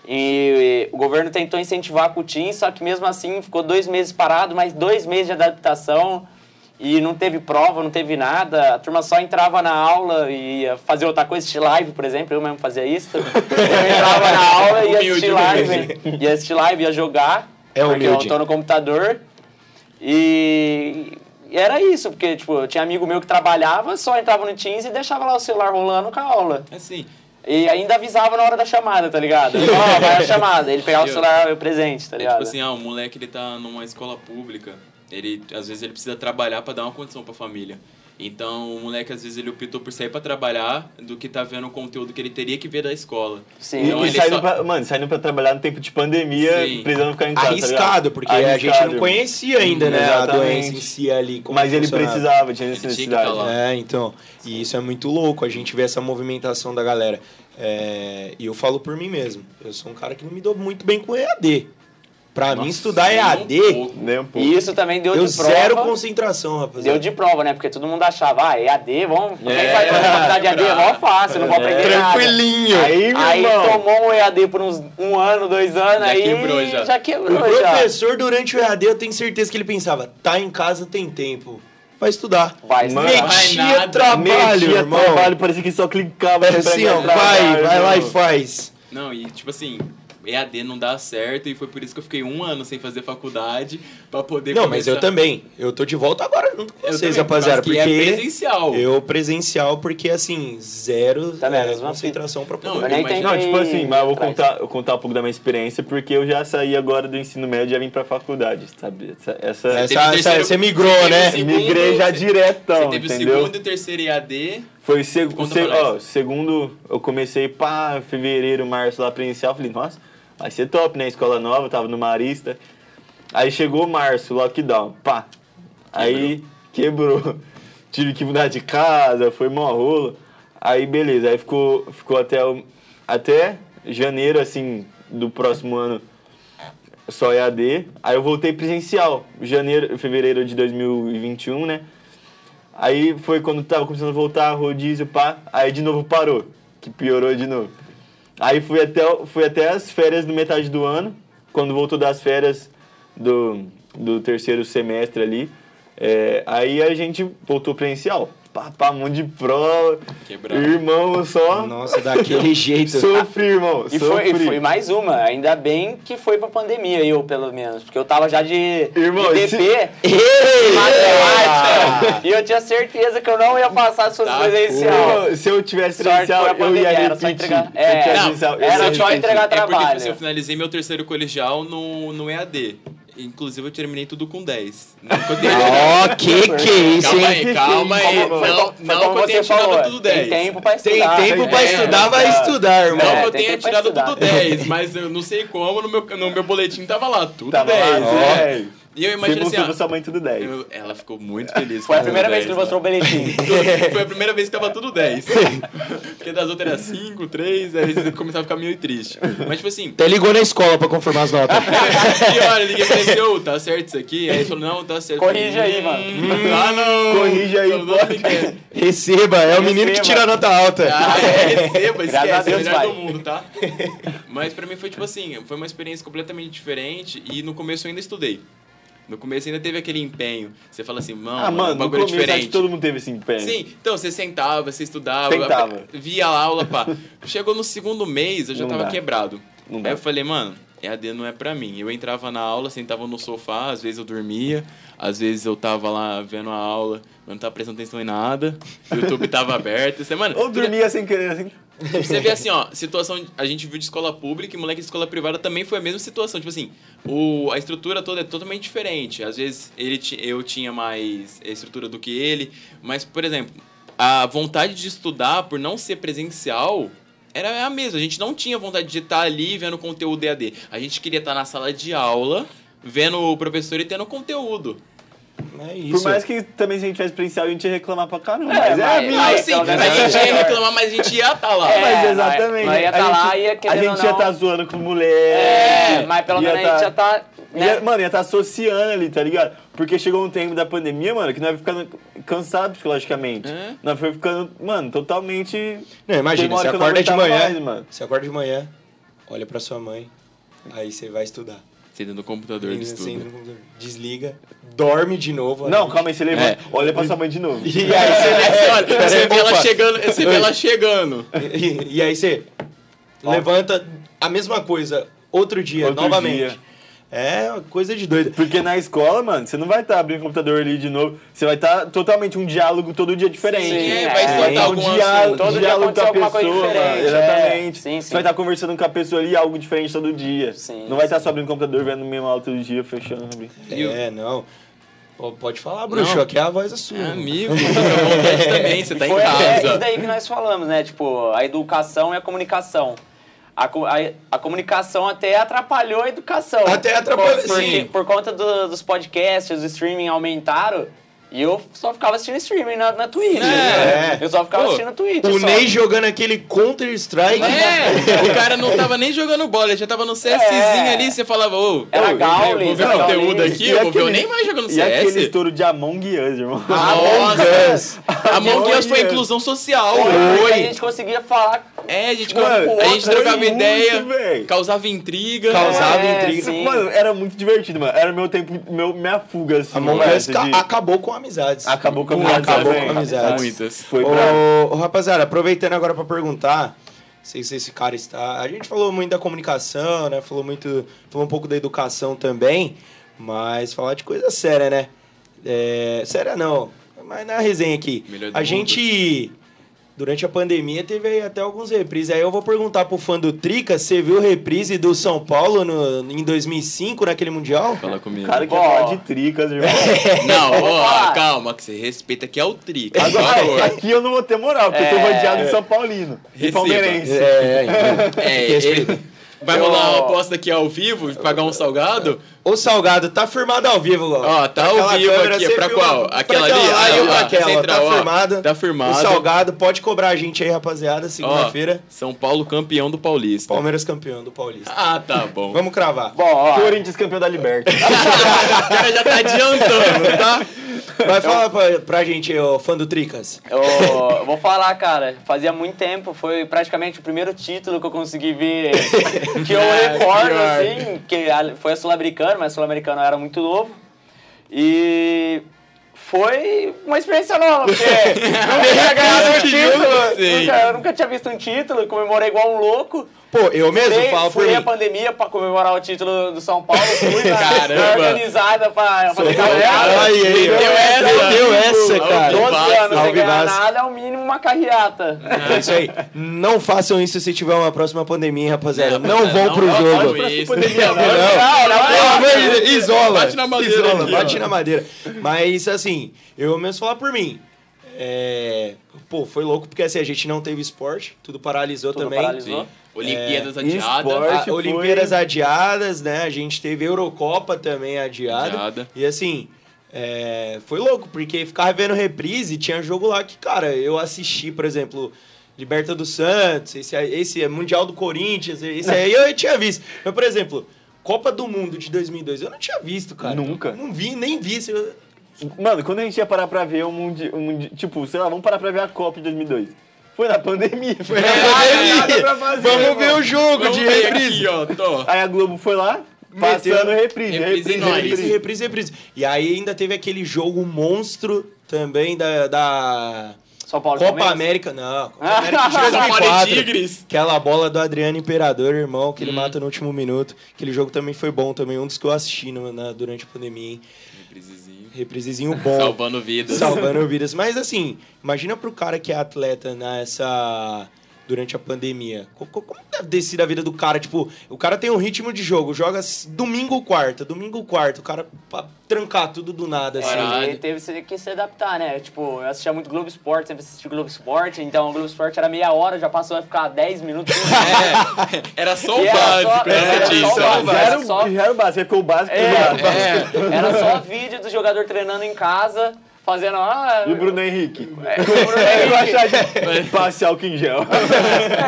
Speaker 3: E, e o governo tentou incentivar com o Teams, só que mesmo assim ficou dois meses parado, mais dois meses de adaptação. E não teve prova, não teve nada. A turma só entrava na aula e ia fazer outra coisa, assistir live, por exemplo. Eu mesmo fazia isso. Eu entrava na aula e ia assistir
Speaker 2: Humilde,
Speaker 3: live. Ia assistir live, ia jogar.
Speaker 1: É
Speaker 3: porque eu
Speaker 1: humilde.
Speaker 3: tô no computador. E e era isso, porque tipo, eu tinha amigo meu que trabalhava, só entrava no Teams e deixava lá o celular rolando com a aula.
Speaker 2: Assim,
Speaker 1: Tá
Speaker 3: E ainda avisava na hora da chamada, tá ligado? Ó, vai a chamada. Ele pegava o
Speaker 2: Eu-
Speaker 3: celular eu presente, tá
Speaker 2: é
Speaker 3: ligado?
Speaker 2: tipo assim, ah, o moleque ele tá numa escola pública, ele às vezes ele precisa trabalhar pra dar uma condição pra família. Então, o moleque às vezes ele optou por sair pra trabalhar do que tá vendo o conteúdo que ele teria que ver da escola.
Speaker 3: Sim.
Speaker 4: E,
Speaker 2: Então,
Speaker 4: e
Speaker 2: ele
Speaker 4: saindo
Speaker 2: só-
Speaker 4: pra, mano, saindo pra trabalhar no tempo de pandemia,
Speaker 2: Sim.
Speaker 4: precisando ficar em casa. tá ligado?
Speaker 1: Arriscado, porque a gente
Speaker 4: Arriscado.
Speaker 1: não conhecia ainda, né, a
Speaker 4: Exatamente.
Speaker 1: doença em si ali. como
Speaker 4: Mas ele
Speaker 1: funcionava.
Speaker 4: precisava, tinha
Speaker 2: Ele tinha que
Speaker 4: necessidade.
Speaker 2: tá lá.
Speaker 1: É, então. E isso é muito louco, a gente vê essa movimentação da galera. É, e eu falo por mim mesmo. Eu sou um cara que não me dou muito bem com EAD. Pra mim, estudar
Speaker 2: nem um
Speaker 1: EAD,
Speaker 2: pouco.
Speaker 4: Nem um pouco.
Speaker 3: E isso também deu
Speaker 1: eu
Speaker 3: de prova.
Speaker 1: zero concentração, rapaziada.
Speaker 3: Deu de prova, né? Porque todo mundo achava, ah, EAD, vamos. Quem vai fazer
Speaker 2: é,
Speaker 3: faculdade de EAD é mó fácil, não vou aprender nada.
Speaker 1: Tranquilinho.
Speaker 4: Aí, meu
Speaker 3: Aí
Speaker 4: irmão,
Speaker 3: tomou um EAD por uns um ano, dois anos,
Speaker 2: Já
Speaker 3: aí
Speaker 2: quebrou, já.
Speaker 3: já
Speaker 1: O
Speaker 3: quebrou já.
Speaker 1: professor, durante o EAD, eu tenho certeza que ele pensava, tá em casa, tem tempo. Vai estudar.
Speaker 3: Vai estudar.
Speaker 1: Metia
Speaker 2: Vai nada.
Speaker 1: trabalho,
Speaker 4: metia
Speaker 1: irmão.
Speaker 4: trabalho, parecia que só clicava.
Speaker 1: É assim, ó,
Speaker 4: né,
Speaker 1: vai, vai lá e faz.
Speaker 2: Não, e tipo assim, EAD não dá certo e foi por isso que eu fiquei um ano sem fazer faculdade pra poder
Speaker 1: Não, mas eu
Speaker 2: começar-
Speaker 1: também. Eu tô de volta agora junto com
Speaker 2: Eu
Speaker 1: vocês,
Speaker 2: também, por causa
Speaker 1: rapaziada.
Speaker 2: que
Speaker 1: Porque
Speaker 2: é presencial.
Speaker 1: eu presencial, porque assim, zero
Speaker 3: Tá
Speaker 1: é,
Speaker 3: mesmo,
Speaker 1: concentração pra
Speaker 2: Não,
Speaker 1: poder.
Speaker 3: Eu nem
Speaker 2: Mas-
Speaker 4: Não,
Speaker 3: tentei
Speaker 4: tipo assim, mas eu vou
Speaker 3: atrás.
Speaker 4: contar, eu contar um pouco da minha experiência, porque eu já saí agora do ensino médio e já vim pra faculdade, sabe? Essa, essa,
Speaker 1: Essa-
Speaker 2: teve o terceiro-
Speaker 1: você migrou,
Speaker 2: teve o
Speaker 1: né?
Speaker 2: segundo-
Speaker 4: migrei já diretão,
Speaker 2: Você teve o
Speaker 4: entendeu?
Speaker 2: segundo e o terceiro EAD.
Speaker 4: Foi o seg
Speaker 2: Conta
Speaker 4: se-
Speaker 2: pra nós.
Speaker 4: ó, segundo, eu comecei, pá, fevereiro, março lá pra inicial, eu falei, nossa, vai ser top, né? Escola nova, tava no Marista. Aí chegou março, lockdown, pá. Aí quebrou. Tive que mudar de casa, foi mó rolo. Aí beleza, aí ficou, ficou até, o- até janeiro, assim, do próximo ano só EAD. Aí eu voltei presencial, janeiro, fevereiro de 2021, né? Aí foi quando tava começando a voltar, rodízio, pá. Aí de novo parou, que piorou de novo. Aí fui até, o- fui até as férias do metade do ano. Quando voltou das férias do, do terceiro semestre ali, é, aí a gente voltou presencial. Pá, pá, um monte de prova.
Speaker 2: Quebrado.
Speaker 4: Irmão, só.
Speaker 1: Nossa, daquele jeito.
Speaker 4: Sofri, irmão.
Speaker 3: E foi,
Speaker 4: sofri.
Speaker 3: e foi mais uma, ainda bem que foi pra pandemia, eu pelo menos, porque eu tava já de,
Speaker 4: Irmão,
Speaker 3: de
Speaker 4: esse-
Speaker 3: DP, de matemática, e eu tinha certeza que eu não ia passar se fosse
Speaker 2: Tá,
Speaker 3: presencial.
Speaker 4: Irmão, se eu tivesse
Speaker 3: Sorte
Speaker 4: presencial,
Speaker 3: foi a
Speaker 4: eu ia
Speaker 3: pandemia, era só
Speaker 4: repetir.
Speaker 3: entregar.
Speaker 4: Se eu
Speaker 3: É.
Speaker 4: tivesse
Speaker 3: Não,
Speaker 4: presencial, eu
Speaker 3: era
Speaker 4: ia
Speaker 3: só
Speaker 4: repetir.
Speaker 3: entregar
Speaker 2: É porque
Speaker 3: trabalho.
Speaker 2: tipo, assim, eu finalizei meu terceiro colegial no, no EAD. Inclusive, eu terminei tudo com 10. Não que eu tenha-
Speaker 1: Ó, que que é isso,
Speaker 2: calma
Speaker 1: hein?
Speaker 2: aí, calma aí.
Speaker 3: Ah, Como-
Speaker 2: Não,
Speaker 3: foi
Speaker 2: não,
Speaker 3: como- foi como
Speaker 2: que eu
Speaker 3: você
Speaker 2: tenha
Speaker 3: falou, é,
Speaker 2: tirado tudo 10.
Speaker 3: Tem tempo pra
Speaker 1: Tem
Speaker 3: estudar.
Speaker 1: tempo pra
Speaker 2: É,
Speaker 1: estudar, vai
Speaker 4: é.
Speaker 1: estudar,
Speaker 2: Não
Speaker 1: irmão.
Speaker 2: que
Speaker 3: É,
Speaker 2: eu
Speaker 3: tem
Speaker 2: tenha
Speaker 3: tempo pra
Speaker 2: tirado tudo
Speaker 3: estudar.
Speaker 2: 10, mas eu não sei como, no meu, no meu boletim tava lá, tudo
Speaker 4: Tava
Speaker 2: 10.
Speaker 4: lá,
Speaker 2: né?
Speaker 4: é.
Speaker 2: E eu
Speaker 4: Você
Speaker 2: imagino assim,
Speaker 4: mostrou
Speaker 2: ó,
Speaker 4: pra sua mãe tudo 10.
Speaker 2: eu- ela ficou muito feliz.
Speaker 3: Foi a
Speaker 2: com
Speaker 3: primeira
Speaker 2: o
Speaker 3: vez que ele
Speaker 2: 10
Speaker 3: mostrou o
Speaker 2: lá.
Speaker 3: boletim.
Speaker 2: Foi a primeira vez que tava tudo 10. Porque das outras era 5, 3, aí você começava a ficar meio triste. Mas tipo assim,
Speaker 1: Até ligou na escola pra confirmar as notas.
Speaker 2: e olha, liguei pra ele, ô, tá certo isso aqui? Aí ele falou, não, tá certo.
Speaker 3: Corrige aí,
Speaker 2: Hum,
Speaker 3: mano.
Speaker 2: Ah, não.
Speaker 4: Corrige aí,
Speaker 2: Eu não
Speaker 4: pode.
Speaker 2: quero.
Speaker 1: Receba, é o menino que tira a nota alta.
Speaker 2: Ah, é, receba,
Speaker 3: Graças
Speaker 2: esquece,
Speaker 3: a
Speaker 2: é o
Speaker 3: Deus,
Speaker 2: melhor
Speaker 3: vai.
Speaker 2: do mundo, tá? Mas pra mim foi tipo assim, foi uma experiência completamente diferente e no começo eu ainda estudei. No começo ainda teve aquele empenho. Você fala assim,
Speaker 3: é
Speaker 2: mano,
Speaker 4: Ah,
Speaker 2: um
Speaker 4: mano, no
Speaker 2: bagulho
Speaker 4: começo acho
Speaker 2: diferente.
Speaker 4: que todo mundo teve assim, esse empenho.
Speaker 2: Sim, então você sentava, você estudava,
Speaker 4: Tentava.
Speaker 2: via a aula, pá. Chegou no segundo mês, eu já
Speaker 4: Não
Speaker 2: tava
Speaker 4: dá.
Speaker 2: quebrado.
Speaker 4: Não dá.
Speaker 2: Aí eu falei, mano, EAD não é pra mim. Eu entrava na aula, sentava no sofá, às vezes eu dormia, às vezes eu tava lá vendo a aula, eu não tava prestando atenção em nada, o YouTube tava aberto. Você, mano,
Speaker 4: Ou dormia sem querer, assim.
Speaker 2: você vê assim, ó, situação. A gente viu de escola pública e moleque de escola privada também foi a mesma situação. Tipo assim, o, a estrutura toda é totalmente diferente. Às vezes ele, ti- eu tinha mais estrutura do que ele, mas, por exemplo, a vontade de estudar por não ser presencial. Era a mesma, a gente não tinha vontade de estar ali vendo conteúdo EAD. A gente queria estar na sala de aula, vendo o professor e tendo conteúdo.
Speaker 1: É
Speaker 4: Por
Speaker 1: isso.
Speaker 4: mais que também se a gente tivesse presencial, a gente ia reclamar pra caramba.
Speaker 3: É,
Speaker 4: mas é a
Speaker 3: mas-
Speaker 4: vida.
Speaker 2: Não,
Speaker 3: mas-
Speaker 2: assim,
Speaker 3: então,
Speaker 2: a
Speaker 3: né,
Speaker 2: gente ia
Speaker 3: melhor.
Speaker 2: reclamar, mas a gente ia estar lá.
Speaker 3: É,
Speaker 4: Mas
Speaker 3: nós-
Speaker 4: exatamente.
Speaker 3: nós ia tá
Speaker 4: A gente-
Speaker 3: lá, ia
Speaker 4: A
Speaker 3: querendo
Speaker 4: gente
Speaker 3: ou
Speaker 4: ia
Speaker 3: não-
Speaker 4: estar zoando com o moleque.
Speaker 3: É, mas pelo
Speaker 4: ia
Speaker 3: menos a gente já tá. Né?
Speaker 4: Ia- mano, ia estar associando ali, tá ligado? Porque chegou um tempo da pandemia, mano, que nós ia ficando cansado psicologicamente.
Speaker 2: É.
Speaker 3: Hum?
Speaker 4: Nós foi ficando, mano, totalmente.
Speaker 1: Não,
Speaker 4: Tem
Speaker 1: imagina,
Speaker 4: uma
Speaker 1: você
Speaker 4: hora que eu não
Speaker 1: acorda de
Speaker 4: aguentava
Speaker 1: manhã.
Speaker 4: mais, mano.
Speaker 1: Você acorda de manhã, olha pra sua mãe, aí você vai estudar.
Speaker 2: Senta no computador de
Speaker 1: Você entra
Speaker 2: estudo.
Speaker 1: no computador, Desliga, dorme de novo. à
Speaker 4: Não,
Speaker 1: noite.
Speaker 4: calma É. aí, você levanta.
Speaker 2: É.
Speaker 4: Olha pra sua mãe de novo.
Speaker 1: E aí você
Speaker 2: Você olha, você vê ela
Speaker 1: opa.
Speaker 2: chegando, você vê ela chegando.
Speaker 1: E, e aí você levanta a mesma coisa outro dia,
Speaker 4: Outro
Speaker 1: novamente.
Speaker 4: dia.
Speaker 1: É uma coisa de doido.
Speaker 4: Porque na escola, mano, você não vai estar abrindo o computador ali de novo. Você vai estar totalmente um diálogo todo dia diferente.
Speaker 3: Sim, é, vai
Speaker 4: vai
Speaker 3: soltar
Speaker 2: algum
Speaker 4: um diálogo,
Speaker 2: assunto.
Speaker 3: Todo dia
Speaker 4: diálogo
Speaker 3: aconteceu
Speaker 4: da
Speaker 3: alguma
Speaker 4: pessoa,
Speaker 3: coisa
Speaker 4: mano.
Speaker 3: diferente,
Speaker 4: Exatamente.
Speaker 3: é. Sim,
Speaker 4: Você
Speaker 3: sim.
Speaker 4: vai estar conversando com a pessoa ali, algo diferente todo dia.
Speaker 3: Sim,
Speaker 4: não vai estar só abrindo o computador, vendo o mesmo aula todo dia, fechando. abrindo.
Speaker 2: E o-
Speaker 1: É, não. Pô, Pode falar, bruxo,
Speaker 2: Não.
Speaker 1: aqui é a voz é sua.
Speaker 2: É, amigo, fica à vontade também, você tá em
Speaker 3: Foi até isso
Speaker 2: casa.
Speaker 3: daí que nós falamos, né? Tipo, a educação e a comunicação. A, co- a, a comunicação até atrapalhou a educação. Tipo,
Speaker 1: Até atrapalhou,
Speaker 3: por, porque-
Speaker 1: sim.
Speaker 3: Por conta do- dos podcasts, do streaming aumentaram, e eu só ficava assistindo streaming na, na Twitch.
Speaker 1: É.
Speaker 3: Eu só ficava
Speaker 2: Pô,
Speaker 3: assistindo Twitch.
Speaker 1: O
Speaker 3: só.
Speaker 1: Ney jogando aquele Counter-Strike.
Speaker 2: É, o cara não tava nem jogando bola, ele já tava no CSzinho
Speaker 3: É.
Speaker 2: ali, você falava, ô,
Speaker 3: Era
Speaker 2: eu
Speaker 3: Gaules,
Speaker 2: vou ver
Speaker 3: era
Speaker 2: conteúdo
Speaker 3: Gaules.
Speaker 2: aqui,
Speaker 4: E
Speaker 2: eu vou ver o
Speaker 4: aquele-
Speaker 2: Neymar jogando
Speaker 4: E aquele
Speaker 2: CS.
Speaker 4: estouro de Among Us, irmão.
Speaker 2: Nossa,
Speaker 1: Among Us.
Speaker 2: Among Us foi
Speaker 4: Among Us.
Speaker 2: inclusão social.
Speaker 3: Porque A
Speaker 1: Oi.
Speaker 3: gente conseguia falar.
Speaker 2: É, a gente,
Speaker 4: Mano,
Speaker 2: a gente
Speaker 4: foi
Speaker 2: trocava
Speaker 4: muito,
Speaker 2: ideia,
Speaker 4: véi.
Speaker 2: causava intriga.
Speaker 1: Causava
Speaker 3: É,
Speaker 1: intriga.
Speaker 3: sim.
Speaker 4: Mano, era muito divertido, mano. Era meu tempo, meu, minha fuga, assim.
Speaker 1: A Among
Speaker 4: mano,
Speaker 1: Us
Speaker 4: de-
Speaker 1: ca- acabou com amizades.
Speaker 4: Acabou com a
Speaker 1: Acabou
Speaker 4: amizade.
Speaker 1: com
Speaker 4: também.
Speaker 1: amizades.
Speaker 2: Muitas.
Speaker 4: Foi
Speaker 1: ô,
Speaker 4: brabo.
Speaker 1: ô, rapaziada, aproveitando agora pra perguntar, não sei se esse cara está. A gente falou muito da comunicação, né? Falou muito, falou um pouco da educação também, mas falar de coisa séria, né? É, séria não, mas na resenha aqui.
Speaker 2: Melhor do
Speaker 1: a
Speaker 2: mundo.
Speaker 1: gente durante a pandemia teve aí até alguns reprises. Aí eu vou perguntar pro fã do Trica, você viu reprise do São Paulo no- em 2005 naquele mundial?
Speaker 2: Fala comigo.
Speaker 4: Cara que
Speaker 3: Ó.
Speaker 4: falar de tricas, irmão.
Speaker 2: Não, ó,
Speaker 3: falar.
Speaker 2: calma, que você respeita que é o tri, por
Speaker 4: Agora,
Speaker 2: favor.
Speaker 4: aqui eu não vou ter moral, porque eu tô
Speaker 3: É.
Speaker 4: rodeado de São Paulino. E
Speaker 2: Receba.
Speaker 4: palmeirense.
Speaker 1: É, então,
Speaker 2: É,
Speaker 1: tem que respeitar.
Speaker 2: ele- Vai
Speaker 1: Eu-
Speaker 2: rolar uma aposta aqui ao vivo, pagar um salgado?
Speaker 1: Ô, Salgado, tá firmado ao vivo, Ló.
Speaker 2: Ó, tá ao
Speaker 1: Aquela
Speaker 2: vivo
Speaker 1: câmera,
Speaker 2: aqui,
Speaker 1: você
Speaker 2: pra
Speaker 1: viu
Speaker 2: qual?
Speaker 1: lá? Pra
Speaker 2: Aquela ali?
Speaker 1: Aquela,
Speaker 2: Ah,
Speaker 1: ali,
Speaker 2: eu-
Speaker 1: pra
Speaker 2: ah,
Speaker 1: aquela,
Speaker 2: central, ó.
Speaker 1: tá firmada.
Speaker 2: Tá firmado.
Speaker 1: O Salgado, pode cobrar a gente aí, rapaziada,
Speaker 2: Ó,
Speaker 1: segunda-feira.
Speaker 2: São Paulo campeão do Paulista.
Speaker 1: Palmeiras campeão do Paulista.
Speaker 2: Ah, tá bom.
Speaker 1: Vamos cravar.
Speaker 3: Bom, ó,
Speaker 4: Corinthians campeão da Libertadores.
Speaker 2: O cara já tá adiantando, tá?
Speaker 1: Vai falar pra, pra gente, ô, fã do Tricas.
Speaker 3: Eu vou falar, cara, fazia muito tempo, foi praticamente o primeiro título que eu consegui ver, que eu
Speaker 2: Ah,
Speaker 3: recordo,
Speaker 2: pior.
Speaker 3: assim, que a- foi a Sul-Americana, mas a Sul-Americana eu era muito novo. E foi uma experiência nova, porque nunca tinha ganhado um
Speaker 2: Cara, que jogo,
Speaker 3: título,
Speaker 2: sei.
Speaker 3: nunca, eu nunca tinha visto um título, comemorei igual um louco.
Speaker 1: Pô, eu mesmo
Speaker 3: Fui-
Speaker 1: falo por
Speaker 3: fui
Speaker 1: mim.
Speaker 3: a pandemia pra comemorar o título do São Paulo, fui na-
Speaker 2: Caramba. um
Speaker 3: organizada pra pra fazer
Speaker 1: É, Olha
Speaker 3: galera.
Speaker 1: aí, aí,
Speaker 2: Deu
Speaker 1: ó.
Speaker 2: essa,
Speaker 1: deu essa, tipo, é
Speaker 2: ao
Speaker 1: cara.
Speaker 2: vivo.
Speaker 3: 12 anos
Speaker 1: Ao
Speaker 3: sem ganhar
Speaker 1: vivaço.
Speaker 3: nada é o mínimo uma carreata.
Speaker 2: Ah,
Speaker 1: É isso aí. Não façam isso se tiver uma próxima pandemia, hein, rapaziada. Não, vão pro
Speaker 2: não
Speaker 1: jogo.
Speaker 2: façam isso.
Speaker 1: Não, não, pelo amor de Deus, isola.
Speaker 2: Bate na madeira
Speaker 1: Isola,
Speaker 2: aqui,
Speaker 1: bate
Speaker 2: ó.
Speaker 1: na madeira. Mas, assim, eu mesmo falar por mim. É, Pô, foi louco porque assim, a gente não teve esporte, tudo paralisou
Speaker 3: Tudo
Speaker 1: também.
Speaker 3: paralisou.
Speaker 2: Sim.
Speaker 1: É,
Speaker 2: Olimpíadas adiada.
Speaker 4: esporte.
Speaker 1: A-
Speaker 4: foi-
Speaker 1: Ah, Olimpíadas adiadas, né? A gente teve Eurocopa também adiada.
Speaker 2: Adiada.
Speaker 1: E assim, é, foi louco, porque ficava vendo reprise, tinha jogo lá que, cara, eu assisti, por exemplo, Liberta do Santos, esse, esse é Mundial do Corinthians, esse aí eu tinha visto. Mas, por exemplo, Copa do Mundo de 2002, eu não tinha visto, cara.
Speaker 4: Nunca.
Speaker 1: Não vi, nem vi. se eu-
Speaker 4: Mano, quando a gente ia parar pra ver um mundi, um mundi- Tipo, sei lá, vamos parar pra ver a Copa de 2002. Foi na pandemia. Foi
Speaker 1: É.
Speaker 4: na
Speaker 1: pandemia.
Speaker 4: Nada pra fazer,
Speaker 1: Vamos
Speaker 4: irmão.
Speaker 1: ver o jogo
Speaker 2: Vamos
Speaker 1: de
Speaker 2: ver
Speaker 1: reprise.
Speaker 2: aqui, ó, tô.
Speaker 4: Aí a Globo foi lá,
Speaker 1: Meteu.
Speaker 4: passando reprise,
Speaker 2: Reprise
Speaker 4: reprise,
Speaker 2: em nós.
Speaker 1: Reprise,
Speaker 4: reprise.
Speaker 1: reprise, reprise. E aí ainda teve aquele jogo monstro também da- da...
Speaker 3: São Paulo e
Speaker 1: Copa
Speaker 3: Palmeiras.
Speaker 1: América, não. Copa América de
Speaker 2: São Paulo e
Speaker 1: 2004.
Speaker 2: Tigres.
Speaker 1: Aquela bola do Adriano Imperador, irmão, que ele mata no último minuto. Aquele jogo também foi bom, também um dos que eu assisti no- na- durante a pandemia, hein?
Speaker 2: Reprisezinho.
Speaker 1: Reprisezinho bom.
Speaker 2: Salvando vidas.
Speaker 1: Salvando vidas. Mas assim, imagina pro cara que é atleta nessa. durante a pandemia. Co- co- Como deve ter sido a vida do cara? Tipo, o cara tem um ritmo de jogo, joga s- domingo quarta, domingo quarta, o cara pra trancar tudo do nada, assim.
Speaker 2: Parado.
Speaker 3: É, ele teve que se adaptar, né? Tipo, eu assistia muito Globo Esporte, sempre assisti Globo Esporte, então o Globo Esporte era meia hora, já passou a ficar 10 minutos.
Speaker 2: É, era só o
Speaker 3: E era só-
Speaker 2: básico,
Speaker 3: era
Speaker 2: era
Speaker 3: só o
Speaker 2: disso.
Speaker 3: básico.
Speaker 4: Já era,
Speaker 3: Era só-
Speaker 4: o, já era o básico, aí ficou o básico do básico.
Speaker 2: É,
Speaker 3: Era só vídeo do jogador treinando em casa, fazendo. Ah,
Speaker 4: E o Bruno Henrique.
Speaker 3: é, o Bruno Henrique.
Speaker 4: Passe álcool em gel.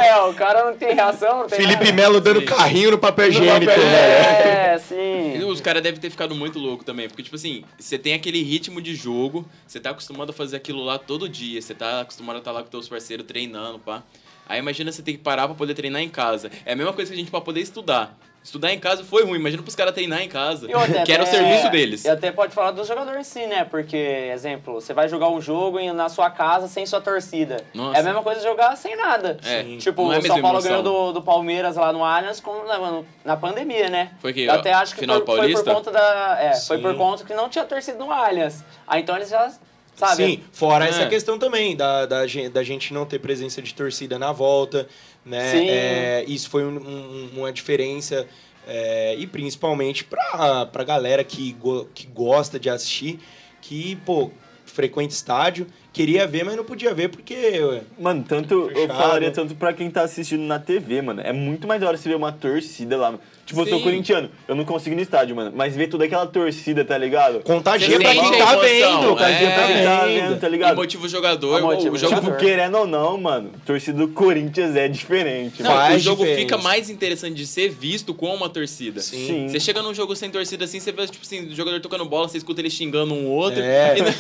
Speaker 3: É, o cara não tem reação, não tem
Speaker 1: Felipe
Speaker 3: nada.
Speaker 1: Melo dando carrinho no papel higiênico, né?
Speaker 4: papel
Speaker 1: velho.
Speaker 3: É, sim.
Speaker 2: Os caras devem ter ficado muito louco também, porque, tipo assim, você tem aquele ritmo de jogo, você tá acostumado a fazer aquilo lá todo dia, você tá acostumado a estar lá com teus parceiros treinando, pá. Aí imagina você ter que parar pra poder treinar em casa. É a mesma coisa que a gente pra poder estudar. Estudar em casa foi ruim, imagina pros caras treinar em casa,
Speaker 3: E é, outra,
Speaker 2: que era o
Speaker 3: até-
Speaker 2: serviço deles.
Speaker 3: E até pode falar do jogador em si, né? Porque, exemplo, você vai jogar um jogo em- na sua casa sem sua torcida.
Speaker 2: Nossa.
Speaker 3: É a mesma coisa jogar sem nada.
Speaker 2: É,
Speaker 3: Tipo,
Speaker 2: não é a
Speaker 3: o São
Speaker 2: mesma
Speaker 3: Paulo
Speaker 2: emoção.
Speaker 3: ganhou do, do Palmeiras lá no Allianz com, na, mano, na pandemia, né?
Speaker 2: Foi que,
Speaker 3: Eu até
Speaker 2: ó,
Speaker 3: acho que
Speaker 2: final
Speaker 3: foi, foi por
Speaker 2: paulista?
Speaker 3: conta da. É, foi
Speaker 1: Sim.
Speaker 3: por conta que não tinha torcida no Allianz. Aí então eles já. Sabe?
Speaker 1: Sim, fora
Speaker 2: É.
Speaker 1: essa questão também da, da, gen- da gente não ter presença de torcida na volta, né?
Speaker 3: Sim.
Speaker 1: É, isso foi um- um- uma diferença. é, e principalmente pra, pra galera que, go- que gosta de assistir, que, pô, frequenta estádio, queria ver, mas não podia ver porque. ué,
Speaker 4: Mano, tanto eu
Speaker 1: Fechado.
Speaker 4: falaria tanto pra quem tá assistindo na TV, mano. É muito mais da hora você ver uma torcida lá. mano. Tipo, eu sou
Speaker 2: Sim.
Speaker 4: corintiano, eu não consigo ir no estádio, mano. Mas ver toda aquela torcida, tá ligado?
Speaker 1: Contagia
Speaker 2: Você
Speaker 1: pra quem
Speaker 2: sente
Speaker 1: tá
Speaker 2: a emoção,
Speaker 1: vendo, pra quem
Speaker 2: é.
Speaker 1: tá
Speaker 4: Quem tá vendo,
Speaker 1: vendo.
Speaker 4: tá ligado?
Speaker 2: E motiva o jogador,
Speaker 3: Ah, motiva
Speaker 2: o
Speaker 3: o
Speaker 2: jogo
Speaker 4: Tipo,
Speaker 3: jogador.
Speaker 4: querendo ou não, mano, torcida do Corinthians é diferente.
Speaker 2: Não,
Speaker 4: mano.
Speaker 1: Faz
Speaker 2: o jogo
Speaker 1: diferença.
Speaker 2: fica mais interessante de ser visto com uma torcida.
Speaker 1: Sim.
Speaker 4: Sim.
Speaker 2: Você chega num jogo sem torcida assim, você vê tipo assim, o jogador tocando bola, você escuta ele xingando um outro.
Speaker 1: É.
Speaker 2: E não-
Speaker 3: É,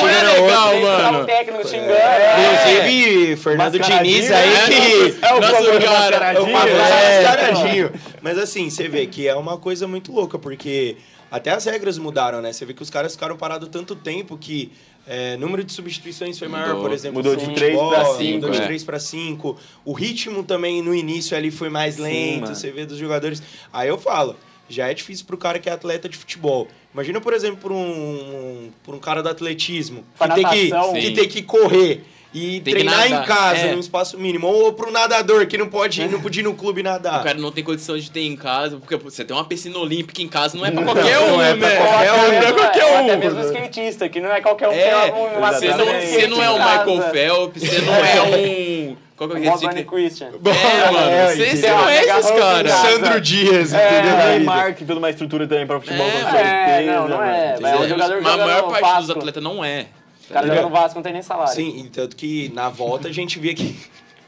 Speaker 2: não é legal,
Speaker 3: Eles ficavam
Speaker 2: mano.
Speaker 3: um técnico xingando.
Speaker 1: É,
Speaker 3: é.
Speaker 1: Inclusive, Fernando
Speaker 4: Mascaradinho,
Speaker 1: Diniz aí
Speaker 4: né?
Speaker 1: que.
Speaker 4: É o
Speaker 2: Nosso
Speaker 4: famoso
Speaker 2: cara,
Speaker 1: Eu
Speaker 4: mascaradinho,
Speaker 1: falo,
Speaker 4: é.
Speaker 1: "Sai, mascaradinho." Mas assim, você vê que é uma coisa muito louca, porque até as regras mudaram, né? Você vê que os caras ficaram parados tanto tempo que é, número de substituições foi maior,
Speaker 2: Mudou.
Speaker 1: por exemplo.
Speaker 4: Mudou
Speaker 1: no
Speaker 4: de
Speaker 1: futebol,
Speaker 4: três pra
Speaker 1: Mudou
Speaker 2: cinco,
Speaker 1: de
Speaker 2: é.
Speaker 1: 3 para 5. O ritmo também no início ali foi mais
Speaker 4: Sim,
Speaker 1: lento,
Speaker 4: mano.
Speaker 1: você vê dos jogadores. Aí eu falo, já é difícil pro cara que é atleta de futebol. Imagina, por exemplo, por um, por um cara do atletismo, que
Speaker 3: Pra
Speaker 1: tem
Speaker 3: natação.
Speaker 1: que, que
Speaker 2: Sim.
Speaker 1: tem que correr e
Speaker 2: Tem que
Speaker 1: treinar em
Speaker 2: nadar,
Speaker 1: casa,
Speaker 2: é.
Speaker 1: num um espaço mínimo. Ou pro nadador que não pode ir, não podia ir no clube nadar.
Speaker 2: O cara não tem condição de ter em casa, porque pô, você tem uma piscina olímpica em casa, não é pra
Speaker 4: Não,
Speaker 2: qualquer um,
Speaker 1: não é pra
Speaker 2: né?
Speaker 1: qualquer
Speaker 2: Não
Speaker 1: um.
Speaker 2: é pra qualquer
Speaker 3: ou
Speaker 2: um.
Speaker 3: Até mesmo skatista, que não é qualquer um que
Speaker 2: É,
Speaker 3: tem uma- uma
Speaker 2: você
Speaker 4: exatamente.
Speaker 2: não, você não é o
Speaker 3: skate em casa.
Speaker 2: Michael Phelps, você não é um. Qual que é o
Speaker 3: Bob
Speaker 2: requisito?
Speaker 3: Bunny
Speaker 2: que-
Speaker 3: Christian.
Speaker 1: É,
Speaker 2: É,
Speaker 1: é,
Speaker 2: mano, vocês
Speaker 1: isso.
Speaker 2: são
Speaker 3: Pegar
Speaker 2: esses,
Speaker 3: roupa
Speaker 2: cara.
Speaker 3: em casa.
Speaker 1: Sandro Dias,
Speaker 4: Tem
Speaker 1: entendeu?
Speaker 4: o
Speaker 1: Da vida.
Speaker 4: É, Neymar, que toda uma estrutura também pra futebol,
Speaker 2: É,
Speaker 4: com
Speaker 2: mano.
Speaker 4: certeza.
Speaker 3: É, não, não é,
Speaker 4: mano.
Speaker 3: mas é um jogador
Speaker 2: Mas a
Speaker 3: joga
Speaker 2: maior
Speaker 3: no
Speaker 2: parte dos
Speaker 3: Vasco.
Speaker 2: atletas não é.
Speaker 3: O cara joga no Vasco, não tem nem salário.
Speaker 1: Sim, e tanto que na volta a gente via que.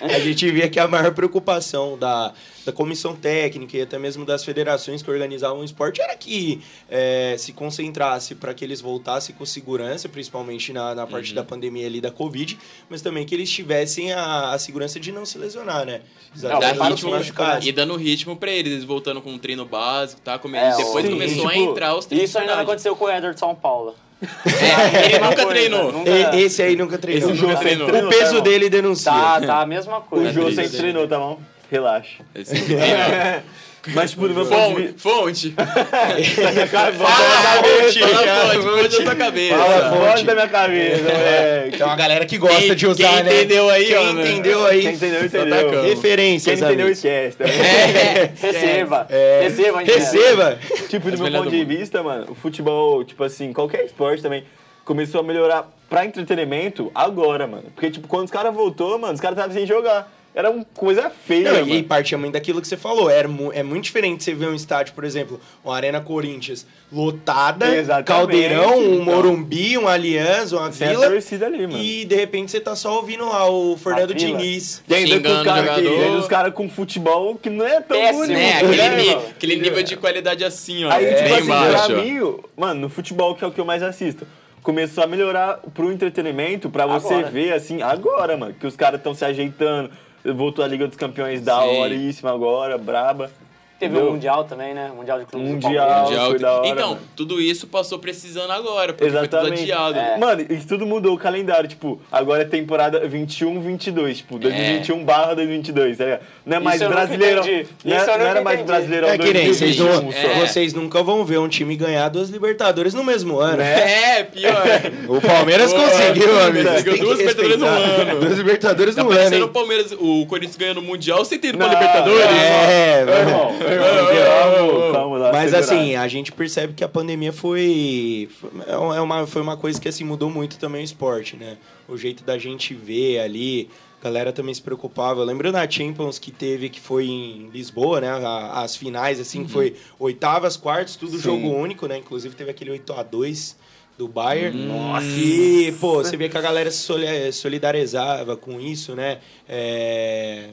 Speaker 1: A gente via que a maior preocupação da, da comissão técnica e até mesmo das federações que organizavam o esporte era que eh, se concentrasse para que eles voltassem com segurança, principalmente na, na parte da pandemia ali da Covid, mas também que eles tivessem a, a segurança de não se lesionar, né? Os
Speaker 3: Não,
Speaker 1: atletas
Speaker 2: Dá
Speaker 3: para
Speaker 1: não é
Speaker 3: o
Speaker 1: se
Speaker 2: ritmo,
Speaker 1: machucarem.
Speaker 2: né? e dando ritmo pra eles, eles voltando com um treino básico, tá? Come...
Speaker 3: É,
Speaker 2: Depois
Speaker 4: sim,
Speaker 2: começou
Speaker 4: tipo,
Speaker 2: a entrar os treinos.
Speaker 3: Isso ainda não
Speaker 2: de verdade. É,
Speaker 3: aconteceu com o Eder de São Paulo.
Speaker 2: Ele nunca
Speaker 3: Coisa,
Speaker 2: treinou.
Speaker 3: nunca-
Speaker 1: E- É. Esse aí nunca treinou.
Speaker 4: Esse jogo
Speaker 2: nunca
Speaker 4: sem
Speaker 2: treinou.
Speaker 4: treino,
Speaker 1: O peso
Speaker 4: irmão?
Speaker 1: dele denuncia.
Speaker 3: Tá, tá, a mesma
Speaker 4: O
Speaker 3: coisa.
Speaker 4: jogo
Speaker 2: triste,
Speaker 4: sem
Speaker 2: né?
Speaker 4: treinou, tá bom? Relaxa.
Speaker 2: Esse treino.
Speaker 4: Mas, tipo, do meu ponto de
Speaker 2: Fonte,
Speaker 4: vista.
Speaker 2: fonte.
Speaker 1: fonte, Fala, fonte.
Speaker 2: Fala, fonte, fala, fonte, fonte da tua cabeça.
Speaker 4: Fala, Fora da minha cabeça, é.
Speaker 1: Tem uma então galera que gosta
Speaker 2: Quem-
Speaker 1: de usar,
Speaker 2: quem
Speaker 1: né?
Speaker 2: entendeu aí,
Speaker 1: Quem
Speaker 2: ó, né?
Speaker 1: entendeu aí?
Speaker 4: Quem entendeu,
Speaker 2: Tá
Speaker 4: entendeu.
Speaker 2: atacando.
Speaker 4: Quem
Speaker 1: Referências,
Speaker 4: não entendeu,
Speaker 1: amigos.
Speaker 4: esquece. Tá bom?
Speaker 3: Receba.
Speaker 1: É.
Speaker 3: Receba, gente.
Speaker 1: Receba!
Speaker 2: Mas
Speaker 4: Tipo, do meu
Speaker 2: melhor
Speaker 4: ponto
Speaker 2: do
Speaker 4: de
Speaker 2: mundo.
Speaker 4: vista, mano, o futebol, tipo assim, qualquer esporte também, começou a melhorar pra entretenimento agora, mano. Porque, tipo, quando os caras voltou, mano, os caras estavam sem jogar. Era uma coisa feia,
Speaker 1: Não,
Speaker 4: mano.
Speaker 1: e partia muito daquilo que você falou. Era mu- é muito diferente você ver um estádio, por exemplo, uma Arena Corinthians lotada,
Speaker 4: Exatamente,
Speaker 1: Caldeirão, um
Speaker 4: então.
Speaker 1: Morumbi, um Aliança, uma
Speaker 4: Sem a
Speaker 1: Vila.
Speaker 4: torcida ali, mano.
Speaker 1: E de repente você tá só ouvindo lá o Fernando
Speaker 4: Vila.
Speaker 1: Diniz.
Speaker 4: E ainda com os
Speaker 2: Xingando
Speaker 4: caras que-
Speaker 2: jogador.
Speaker 4: e ainda os caras com futebol que não é tão
Speaker 3: Péssimo,
Speaker 4: bonito.
Speaker 2: Né,
Speaker 4: né,
Speaker 2: aquele, ni-
Speaker 4: mano?
Speaker 2: aquele nível de qualidade assim, ó.
Speaker 4: Aí, tipo
Speaker 2: bem
Speaker 4: assim,
Speaker 2: baixo.
Speaker 4: pra mim, o- mano, no futebol, que é o que eu mais assisto, começou a melhorar pro entretenimento, pra você
Speaker 3: Agora.
Speaker 4: ver, assim, agora, mano, que os caras estão se ajeitando. Voltou a Liga dos Campeões da
Speaker 2: Sim.
Speaker 4: horíssima agora, braba.
Speaker 3: Teve
Speaker 4: Entendeu?
Speaker 3: o Mundial também, né? Mundial de clubes do
Speaker 4: Mundial.
Speaker 3: Palmeiras.
Speaker 2: De
Speaker 4: foi
Speaker 2: alto-
Speaker 4: da hora,
Speaker 2: então,
Speaker 4: mano.
Speaker 2: tudo isso passou precisando agora, porque foi tudo
Speaker 4: Exatamente.
Speaker 2: adiado.
Speaker 3: É.
Speaker 4: Mano, e tudo mudou o calendário. Tipo, agora é temporada 21, 22. Tipo, 2021 barra 2022. Tá ligado? Não é mais
Speaker 3: Isso eu nunca
Speaker 4: brasileiro.
Speaker 3: entendi.
Speaker 4: Não,
Speaker 3: Isso eu
Speaker 4: é, não
Speaker 3: nunca
Speaker 4: era mais
Speaker 3: entendi.
Speaker 4: brasileiro.
Speaker 1: É que nem, vocês, não-
Speaker 4: 2021 só.
Speaker 2: é.
Speaker 1: vocês nunca vão ver um time ganhar duas Libertadores no mesmo ano.
Speaker 4: Né?
Speaker 2: É, pior.
Speaker 1: O Palmeiras
Speaker 2: Pô,
Speaker 1: conseguiu, amigo.
Speaker 2: conseguiu
Speaker 1: Tem que
Speaker 2: duas Libertadores no
Speaker 1: respeitar.
Speaker 2: ano.
Speaker 1: Duas Libertadores
Speaker 2: Tá
Speaker 1: no ano,
Speaker 2: parecendo o
Speaker 1: hein?
Speaker 2: Palmeiras, o Corinthians ganhando o Mundial sem ter ido pra
Speaker 4: Não,
Speaker 2: Libertadores.
Speaker 1: É, mano.
Speaker 4: Irmão, irmão, calma lá,
Speaker 1: Mas
Speaker 4: segurar.
Speaker 1: assim, a gente percebe que a pandemia foi. foi- É uma, foi uma coisa que assim, mudou muito também o esporte, né? O jeito da gente ver ali. A galera também se preocupava. Lembra na Champions que teve, que foi em Lisboa, né? A- As finais, assim, que foi oitavas, quartos, tudo jogo único, né? Inclusive teve aquele 8x2 do Bayern. Nossa! E, pô, você vê que a galera se soli- eh, solidarizava com isso, né? É,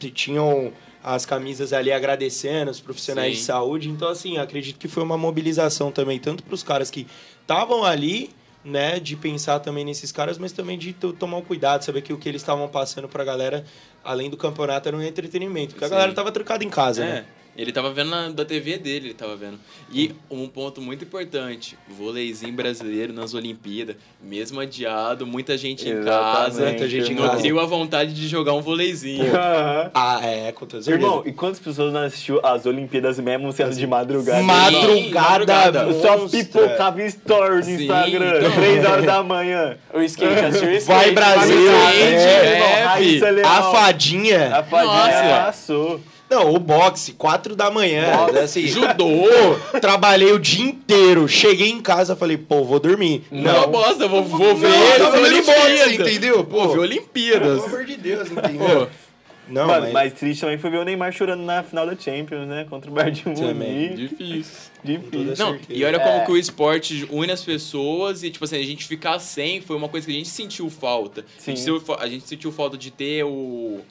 Speaker 1: t- Tinham as camisas ali agradecendo os profissionais
Speaker 2: Sim.
Speaker 1: de saúde. Então, assim, acredito que foi uma mobilização também, tanto para os caras que estavam ali, né, de pensar também nesses caras, mas também de to- tomar um cuidado, saber que o que eles estavam passando para a galera, além do campeonato, era um entretenimento. Porque a
Speaker 2: Sim.
Speaker 1: galera tava trancada em casa,
Speaker 2: É,
Speaker 1: né?
Speaker 2: ele tava vendo na, da TV dele, ele tava vendo. E um ponto muito importante, vôleizinho brasileiro nas Olimpíadas, mesmo adiado, muita gente em casa,
Speaker 4: Exatamente,
Speaker 1: muita gente em casa.
Speaker 2: nutriu a vontade de jogar um vôleizinho.
Speaker 4: Aham.
Speaker 1: Ah, é, com toda certeza.
Speaker 4: Irmão, e quantas pessoas não assistiu as Olimpíadas mesmo sendo de madrugada?
Speaker 2: Madru-
Speaker 1: madrugada,
Speaker 2: madrugada.
Speaker 4: Só
Speaker 1: monstra.
Speaker 4: pipocava stories no
Speaker 2: Sim,
Speaker 4: Instagram,
Speaker 2: então.
Speaker 4: 3 horas da manhã.
Speaker 3: O skate, assistiu o skate.
Speaker 1: Vai, Brasil!
Speaker 2: É,
Speaker 4: Irmão,
Speaker 2: é,
Speaker 4: Raíssa
Speaker 2: fi.
Speaker 4: Leal.
Speaker 1: A fadinha.
Speaker 4: A fadinha
Speaker 2: Nossa.
Speaker 4: passou.
Speaker 1: Não, o boxe, quatro da manhã.
Speaker 3: Boxe.
Speaker 1: Assim,
Speaker 2: Judô!
Speaker 1: trabalhei o dia inteiro. Cheguei em casa, falei, pô, vou dormir.
Speaker 2: Não, bosta, vou, vou ver
Speaker 1: eu tava
Speaker 2: as
Speaker 1: vendo
Speaker 2: Olimpíadas.
Speaker 1: boxe, entendeu? Pô.
Speaker 2: Vou ver Olimpíadas.
Speaker 1: de Deus, entendeu?
Speaker 2: Pô,
Speaker 1: Não,
Speaker 4: Mano,
Speaker 1: mas...
Speaker 4: mas triste também foi ver o Neymar chorando na final da Champions, né? Contra o Bayern de
Speaker 1: Também.
Speaker 4: Munique.
Speaker 2: difícil.
Speaker 4: Difícil.
Speaker 2: Não,
Speaker 1: certeza.
Speaker 2: e olha
Speaker 3: É.
Speaker 2: como que o esporte une as pessoas e, tipo assim, a gente ficar sem foi uma coisa que a gente sentiu falta. A gente
Speaker 4: Sim.
Speaker 2: sentiu, fa- a gente sentiu falta de ter o.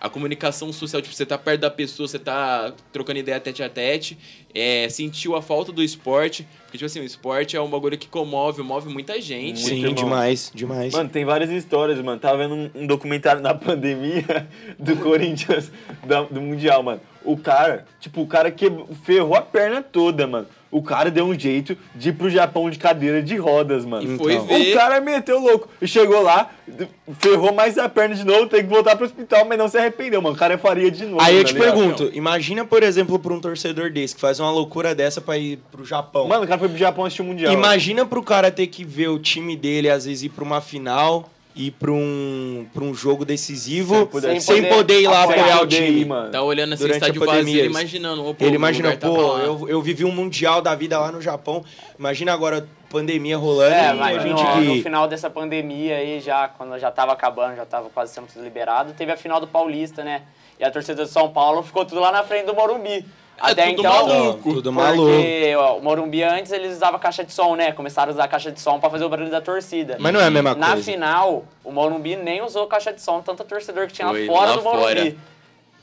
Speaker 2: A comunicação social, tipo, você tá perto da pessoa, você tá trocando ideia tete a tete. É, sentiu a falta do esporte. Porque, tipo assim, o esporte é um bagulho que comove, move muita gente.
Speaker 1: Sim,
Speaker 4: muito bom.
Speaker 1: demais, demais.
Speaker 4: Mano, tem várias histórias, mano. Tava vendo um, um documentário na pandemia do Corinthians, da- do Mundial, mano. O cara, tipo, o cara que ferrou a perna toda, mano. O cara deu um jeito de ir pro Japão de cadeira de rodas, mano.
Speaker 2: E foi
Speaker 1: Então.
Speaker 2: ver.
Speaker 4: O cara meteu louco. E chegou lá, d- ferrou mais a perna de novo, tem que voltar pro hospital, mas não se arrependeu, mano. O cara faria de novo.
Speaker 1: Aí eu
Speaker 4: tá
Speaker 1: te
Speaker 4: ligado?
Speaker 1: pergunto, imagina, por exemplo, pra um torcedor desse que faz uma loucura dessa pra ir pro Japão.
Speaker 4: Mano, o cara foi pro Japão assistir o Mundial.
Speaker 1: imagina pro cara ter que ver o time dele, às vezes, ir pra uma final... ir pra um, pra um jogo decisivo
Speaker 4: Sem
Speaker 1: sem
Speaker 4: poder-
Speaker 1: poder,
Speaker 3: Sem
Speaker 1: ir lá
Speaker 3: poder
Speaker 1: apoiar o
Speaker 4: poder
Speaker 1: time. Então,
Speaker 4: ir, mano.
Speaker 2: Tá olhando assim, o
Speaker 1: Durante a
Speaker 2: estádio
Speaker 1: pandemia,
Speaker 2: vazio, ele
Speaker 1: eles-
Speaker 2: imaginando. Ô, pô,
Speaker 1: Ele
Speaker 2: o
Speaker 1: imagina,
Speaker 2: lugar tá
Speaker 1: pô,
Speaker 2: pra lá.
Speaker 1: eu, eu vivi um mundial da vida lá no Japão. Imagina agora pandemia rolando
Speaker 3: É,
Speaker 1: e
Speaker 3: mas
Speaker 1: a
Speaker 3: no,
Speaker 1: gente
Speaker 3: no
Speaker 1: que
Speaker 3: final dessa pandemia aí, já quando já tava acabando, já tava quase sendo tudo liberado, teve a final do Paulista, né? E a torcida do São Paulo ficou tudo lá na frente do Morumbi.
Speaker 2: É,
Speaker 3: Até
Speaker 2: tudo
Speaker 3: então,
Speaker 2: maluco.
Speaker 1: Tudo maluco.
Speaker 3: porque ó, o Morumbi antes eles usavam caixa de som, né? Começaram a usar caixa de som pra fazer o barulho da torcida.
Speaker 1: Mas não é a mesma
Speaker 3: Na
Speaker 1: coisa.
Speaker 3: final, o Morumbi nem usou caixa de som, tanto torcedor que tinha
Speaker 2: Foi
Speaker 3: lá fora
Speaker 2: lá
Speaker 3: do Morumbi.
Speaker 2: fora.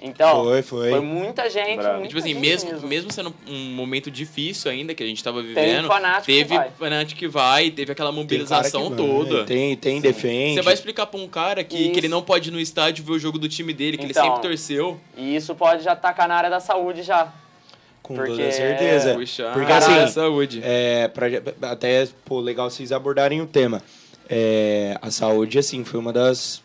Speaker 3: Então,
Speaker 1: Foi, foi.
Speaker 3: muita gente,
Speaker 4: Bravo.
Speaker 3: muita
Speaker 2: Tipo assim,
Speaker 3: gente
Speaker 2: mesmo, mesmo sendo um momento difícil ainda que a gente tava vivendo,
Speaker 3: fanático que
Speaker 2: teve
Speaker 3: vai.
Speaker 2: fanático que vai, teve aquela
Speaker 1: tem cara que vai,
Speaker 2: mobilização
Speaker 1: né?
Speaker 2: toda.
Speaker 1: Tem, tem, defende.
Speaker 2: Você vai explicar pra um cara que,
Speaker 3: Isso.
Speaker 2: que ele não pode ir no estádio ver o jogo do time dele, que
Speaker 3: Então.
Speaker 2: ele sempre torceu.
Speaker 3: E isso pode já atacar na área da saúde já.
Speaker 1: Com
Speaker 3: Porque-
Speaker 2: é
Speaker 1: toda certeza.
Speaker 2: Puxa,
Speaker 1: É, Porque
Speaker 2: caralho,
Speaker 1: assim,
Speaker 2: saúde.
Speaker 1: É, pra, até, pô, legal vocês abordarem o tema. É, a saúde, assim, foi uma das.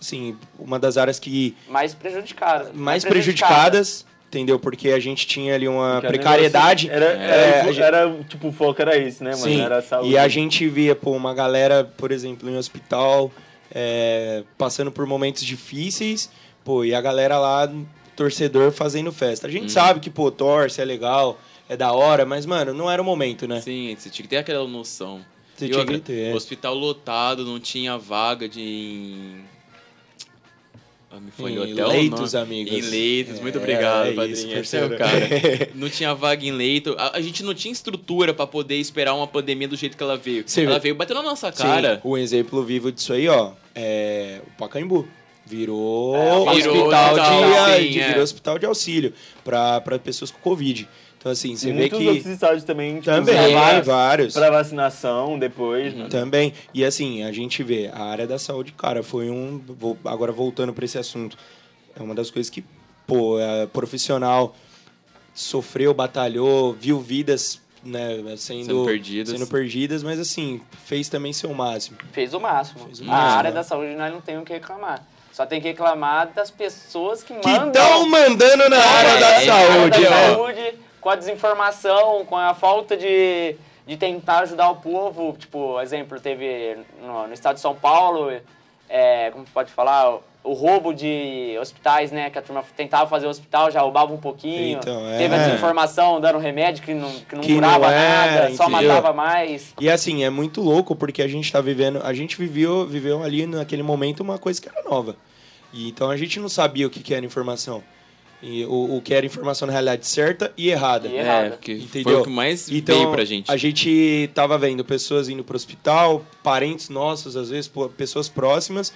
Speaker 1: Assim, uma das áreas que
Speaker 3: mais prejudicadas.
Speaker 1: mais prejudicadas, entendeu? Porque a gente tinha ali uma
Speaker 4: Porque o
Speaker 1: precariedade.
Speaker 4: negócio Era,
Speaker 1: assim, É,
Speaker 4: era,
Speaker 1: a gente-
Speaker 4: era, tipo, o foco era esse, né, mano?
Speaker 1: Sim.
Speaker 4: Era a saúde.
Speaker 1: E a gente via, pô, uma galera, por exemplo, em hospital, é, passando por momentos difíceis, pô, e a galera lá, torcedor, fazendo festa. A
Speaker 4: Uhum.
Speaker 1: gente sabe que, pô, torce, é legal, é da hora, mas, mano, não era o momento, né?
Speaker 2: Sim, você tinha que ter aquela noção.
Speaker 1: Você
Speaker 2: E
Speaker 1: tinha
Speaker 2: outra,
Speaker 1: que ter. é.
Speaker 2: Hospital lotado, não tinha vaga de. Ah, me foi
Speaker 1: Em
Speaker 2: o hotel,
Speaker 1: leitos,
Speaker 2: não?
Speaker 1: amigos.
Speaker 2: Em leitos, muito
Speaker 1: É,
Speaker 2: obrigado,
Speaker 1: é isso,
Speaker 2: padrinho. Esse é o
Speaker 1: parceiro.
Speaker 2: cara. não tinha vaga em leito. A, a gente não tinha estrutura pra poder esperar uma pandemia do jeito que ela veio.
Speaker 1: Sim.
Speaker 2: Ela veio batendo na nossa
Speaker 1: Sim,
Speaker 2: cara.
Speaker 1: um exemplo vivo disso aí, ó, é o Pacaembu. Virou,
Speaker 3: É, virou
Speaker 1: hospital,
Speaker 2: hospital,
Speaker 1: de,
Speaker 2: sim,
Speaker 1: de-
Speaker 2: é.
Speaker 1: virou hospital de auxílio para pessoas com Covid. Então, assim, você vê
Speaker 4: Muitos
Speaker 1: que...
Speaker 4: outros estádios também, tipo,
Speaker 1: Também,
Speaker 4: usavam
Speaker 1: vários.
Speaker 4: Pra vacinação depois, mano.
Speaker 1: Também. E assim, a gente vê, a área da saúde, cara, foi um. vou- Agora voltando pra esse assunto, é uma das coisas que, pô, é, profissional sofreu, batalhou, viu vidas, né, sendo,
Speaker 2: Sendo perdidas.
Speaker 1: sendo perdidas, mas assim, fez também seu máximo.
Speaker 3: Fez o máximo.
Speaker 1: Fez o
Speaker 3: a
Speaker 1: máximo.
Speaker 3: área da saúde nós não temos o que reclamar. Só tem que reclamar das pessoas que,
Speaker 1: Que
Speaker 3: mandam.
Speaker 1: estão mandando na área
Speaker 2: é,
Speaker 1: da
Speaker 2: é,
Speaker 1: saúde,
Speaker 3: da
Speaker 1: né?
Speaker 3: saúde, com a desinformação, com a falta de, de tentar ajudar o povo. Tipo, exemplo, teve no, no estado de São Paulo, é, como pode falar, o, o roubo de hospitais, né? Que a turma tentava fazer o hospital, já roubava um pouquinho.
Speaker 1: Então, é.
Speaker 3: Teve a desinformação, dando remédio que não, que não
Speaker 1: Que não
Speaker 3: curava
Speaker 1: era,
Speaker 3: nada, só
Speaker 1: entendeu?
Speaker 3: matava mais.
Speaker 1: E assim, é muito louco porque a gente tá vivendo, a gente viveu, viveu ali naquele momento uma coisa que era nova. E, então a gente não sabia o que, que era informação. E o, o que era informação na realidade certa e errada.
Speaker 3: E errada.
Speaker 2: É,
Speaker 3: errado.
Speaker 2: porque foi
Speaker 1: Entendeu?
Speaker 2: o que mais
Speaker 1: Então,
Speaker 2: veio pra gente.
Speaker 1: A gente tava vendo pessoas indo pro hospital, parentes nossos, às vezes, pô, pessoas próximas,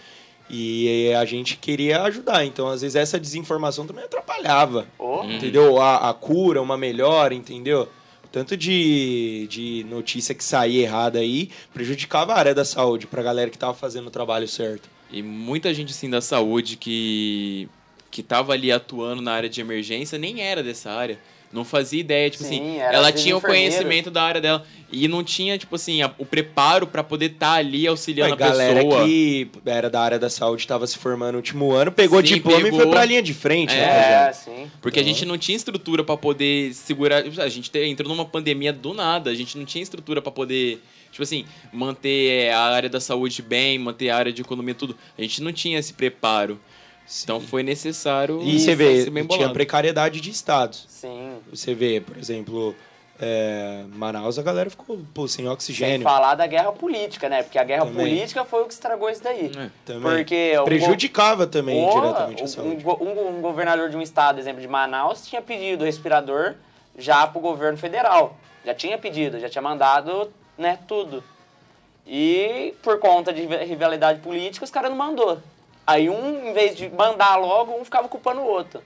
Speaker 1: e a gente queria ajudar. Então, às vezes, essa desinformação também atrapalhava.
Speaker 3: Ô,
Speaker 2: Uhum.
Speaker 1: Entendeu? A, a cura, uma melhora, entendeu? O Tanto de, de notícia que saía errada aí prejudicava a área da saúde pra galera que tava fazendo o trabalho certo.
Speaker 2: E muita gente assim da saúde que que tava ali atuando na área de emergência nem era dessa área. Não fazia ideia, tipo
Speaker 3: Sim,
Speaker 2: assim,
Speaker 3: era
Speaker 2: ela
Speaker 3: dos
Speaker 2: tinha o
Speaker 3: enfermeiros.
Speaker 2: conhecimento da área dela e não tinha, tipo assim, a- o preparo pra poder estar ali
Speaker 1: Aí,
Speaker 2: auxiliando a
Speaker 1: galera
Speaker 2: pessoa.
Speaker 1: que era da área da saúde, tava se formando no último ano, pegou
Speaker 2: Sim,
Speaker 1: diploma
Speaker 2: pegou.
Speaker 1: e foi pra linha de frente, né, rapaziada?
Speaker 3: É, sim.
Speaker 2: Porque a gente não tinha estrutura pra poder segurar, a gente te- entrou numa pandemia do nada, a gente não tinha estrutura pra poder, tipo assim, manter é, a área da saúde bem, manter a área de economia tudo. A gente não tinha esse preparo. Então foi necessário
Speaker 1: E você
Speaker 2: ser
Speaker 1: vê,
Speaker 2: é
Speaker 1: tinha
Speaker 2: bem bolado.
Speaker 1: precariedade de estados.
Speaker 3: Sim.
Speaker 1: Você vê, por exemplo, é, Manaus, a galera ficou pô, sem
Speaker 3: Sem
Speaker 1: oxigênio
Speaker 3: falar da guerra política, né? Porque a guerra
Speaker 1: Também.
Speaker 3: política foi o que estragou isso daí.
Speaker 2: É.
Speaker 1: também.
Speaker 3: Porque o
Speaker 1: Prejudicava
Speaker 3: go-
Speaker 1: também
Speaker 3: o-
Speaker 1: diretamente
Speaker 3: um-
Speaker 1: a saúde.
Speaker 3: Um, go- um governador de um estado, exemplo, de Manaus, tinha pedido respirador já pro governo federal. Já tinha pedido, já tinha mandado, né, tudo. E por conta de riva- rivalidade política, os caras não mandou. Aí um, em vez de mandar logo, um ficava culpando o outro.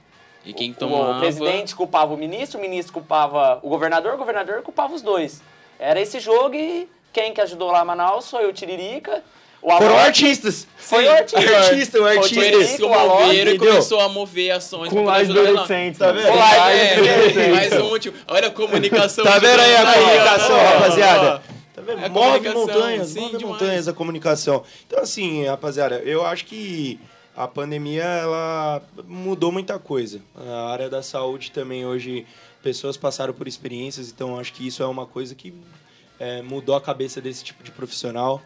Speaker 2: E quem
Speaker 3: O-
Speaker 2: tomava...
Speaker 3: O presidente culpava o ministro, o ministro culpava o governador, o governador culpava os dois. Era esse jogo e quem que ajudou lá Manaus foi o Tiririca. O
Speaker 1: Foram
Speaker 3: Alok-
Speaker 1: artistas.
Speaker 3: Foi o artista.
Speaker 1: Artista, o
Speaker 3: Foi o
Speaker 1: artista.
Speaker 2: Eles se
Speaker 3: Tiririca, o Alok.
Speaker 2: moveram e
Speaker 1: entendeu?
Speaker 2: começou a mover ações.
Speaker 4: Com
Speaker 2: pra
Speaker 4: lives
Speaker 2: ajudar ela.
Speaker 4: adolescentes,
Speaker 1: Tá
Speaker 4: mano.
Speaker 1: vendo?
Speaker 4: Com
Speaker 3: lives
Speaker 2: É,
Speaker 1: adolescentes.
Speaker 2: mais um útil. Olha a comunicação.
Speaker 1: Tá vendo aí a
Speaker 2: ajudando, ó,
Speaker 1: comunicação,
Speaker 2: ó, ó.
Speaker 1: rapaziada? Tá
Speaker 2: É a
Speaker 1: vendo? Move
Speaker 2: comunicação,
Speaker 1: montanhas,
Speaker 2: sim,
Speaker 1: move
Speaker 2: demais.
Speaker 1: montanhas a comunicação. Então, assim, rapaziada, eu acho que a pandemia, ela mudou muita coisa. A área da saúde também hoje, pessoas passaram por experiências, então acho que isso é uma coisa que é, mudou a cabeça desse tipo de profissional.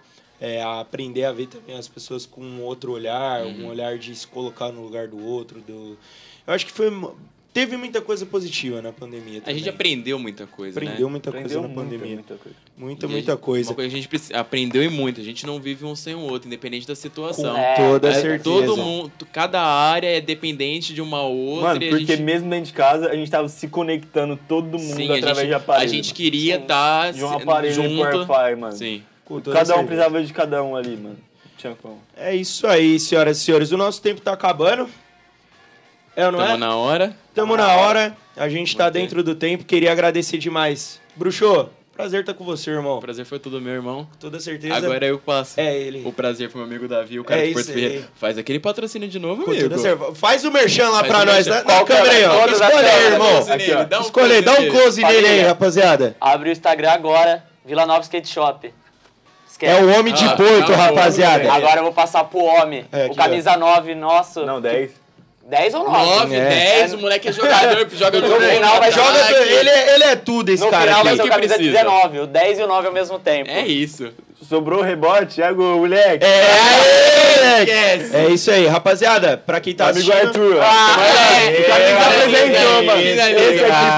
Speaker 1: é, a aprender a ver também as pessoas com um outro olhar,
Speaker 2: Uhum.
Speaker 1: um olhar de se colocar no lugar do outro. Do... Eu acho que foi. mu- Teve muita coisa positiva na pandemia.
Speaker 2: A
Speaker 1: Também.
Speaker 2: gente aprendeu muita coisa,
Speaker 1: aprendeu
Speaker 2: né?
Speaker 1: muita
Speaker 4: Aprendeu
Speaker 1: coisa na
Speaker 4: muita,
Speaker 1: pandemia.
Speaker 4: muita coisa.
Speaker 1: Muita,
Speaker 2: E a
Speaker 1: muita
Speaker 2: gente-
Speaker 1: coisa.
Speaker 2: Uma coisa que a gente precisa- aprendeu e muito. A gente não vive um sem o outro, independente da situação.
Speaker 1: Com
Speaker 3: É,
Speaker 1: toda
Speaker 2: É,
Speaker 1: certeza.
Speaker 2: Todo mundo, cada área é dependente de uma outra.
Speaker 4: Mano,
Speaker 2: e a
Speaker 4: porque
Speaker 2: gente-
Speaker 4: mesmo dentro de casa, a gente tava se conectando todo mundo
Speaker 2: Sim,
Speaker 4: através
Speaker 2: a gente,
Speaker 4: de aparelho.
Speaker 2: A gente queria
Speaker 3: Sim.
Speaker 2: estar
Speaker 4: De um aparelho
Speaker 2: junto.
Speaker 4: junto, Wi-Fi, mano.
Speaker 2: Sim.
Speaker 1: Com toda
Speaker 4: Cada um
Speaker 1: certeza.
Speaker 4: precisava de cada um ali, mano. Tinha como.
Speaker 1: É isso aí, senhoras e senhores. O nosso tempo tá acabando. É ou não
Speaker 2: Tamo
Speaker 1: é?
Speaker 2: na hora.
Speaker 1: Tamo na hora. A gente tá
Speaker 2: Muito bem.
Speaker 1: dentro do tempo. Queria agradecer demais. Bruxo, prazer estar com você, irmão.
Speaker 2: O prazer foi todo meu, irmão.
Speaker 1: Com toda certeza.
Speaker 2: Agora eu passo.
Speaker 1: É ele.
Speaker 2: O prazer foi meu amigo Davi, o cara
Speaker 1: É
Speaker 2: de Porto
Speaker 1: isso
Speaker 2: Ferreira.
Speaker 1: aí.
Speaker 2: Faz aquele patrocínio de novo,
Speaker 1: Com
Speaker 2: amigo.
Speaker 1: toda certeza. Faz o merchan lá
Speaker 2: Faz
Speaker 1: pra
Speaker 2: o
Speaker 1: nós. né?
Speaker 2: merchan. é?
Speaker 1: Na, na câmera aí, ó.
Speaker 3: Todas as
Speaker 1: Escolhe aí,
Speaker 3: câmeras,
Speaker 1: irmão.
Speaker 2: Aqui, ó. Dá um
Speaker 1: Escolhe aí, dá um
Speaker 2: close
Speaker 1: close nele aí,
Speaker 3: Família.
Speaker 1: rapaziada.
Speaker 3: Abre o Instagram agora, Vila Nova Skate Shop.
Speaker 1: É
Speaker 3: Esquece.
Speaker 1: o homem de
Speaker 2: Ah,
Speaker 1: Porto,
Speaker 2: tá bom,
Speaker 1: rapaziada.
Speaker 3: Agora eu vou passar pro homem.
Speaker 1: É,
Speaker 3: o
Speaker 1: aqui,
Speaker 3: camisa 9 nosso.
Speaker 4: Não, 10.
Speaker 3: 10 ou 9?
Speaker 2: 9,
Speaker 1: É.
Speaker 2: 10, o moleque é jogador, joga
Speaker 3: No final vai
Speaker 2: ataque.
Speaker 1: Joga, ele, é- ele é tudo esse
Speaker 3: No
Speaker 1: cara
Speaker 3: final vai
Speaker 1: aqui.
Speaker 3: ser o
Speaker 2: que
Speaker 3: camisa
Speaker 2: precisa.
Speaker 3: 19, o 10 e o 9 ao mesmo tempo.
Speaker 2: É isso.
Speaker 4: Sobrou o rebote, Thiago, moleque.
Speaker 1: É, aê,
Speaker 2: Esquece.
Speaker 1: é isso aí, rapaziada. Pra quem tá
Speaker 4: Amigo
Speaker 1: assistindo...
Speaker 4: Arthur. ó.
Speaker 2: é,
Speaker 4: O cara
Speaker 1: é,
Speaker 4: me apresentou,
Speaker 1: é,
Speaker 4: mano.
Speaker 1: é,
Speaker 4: Esse aqui foi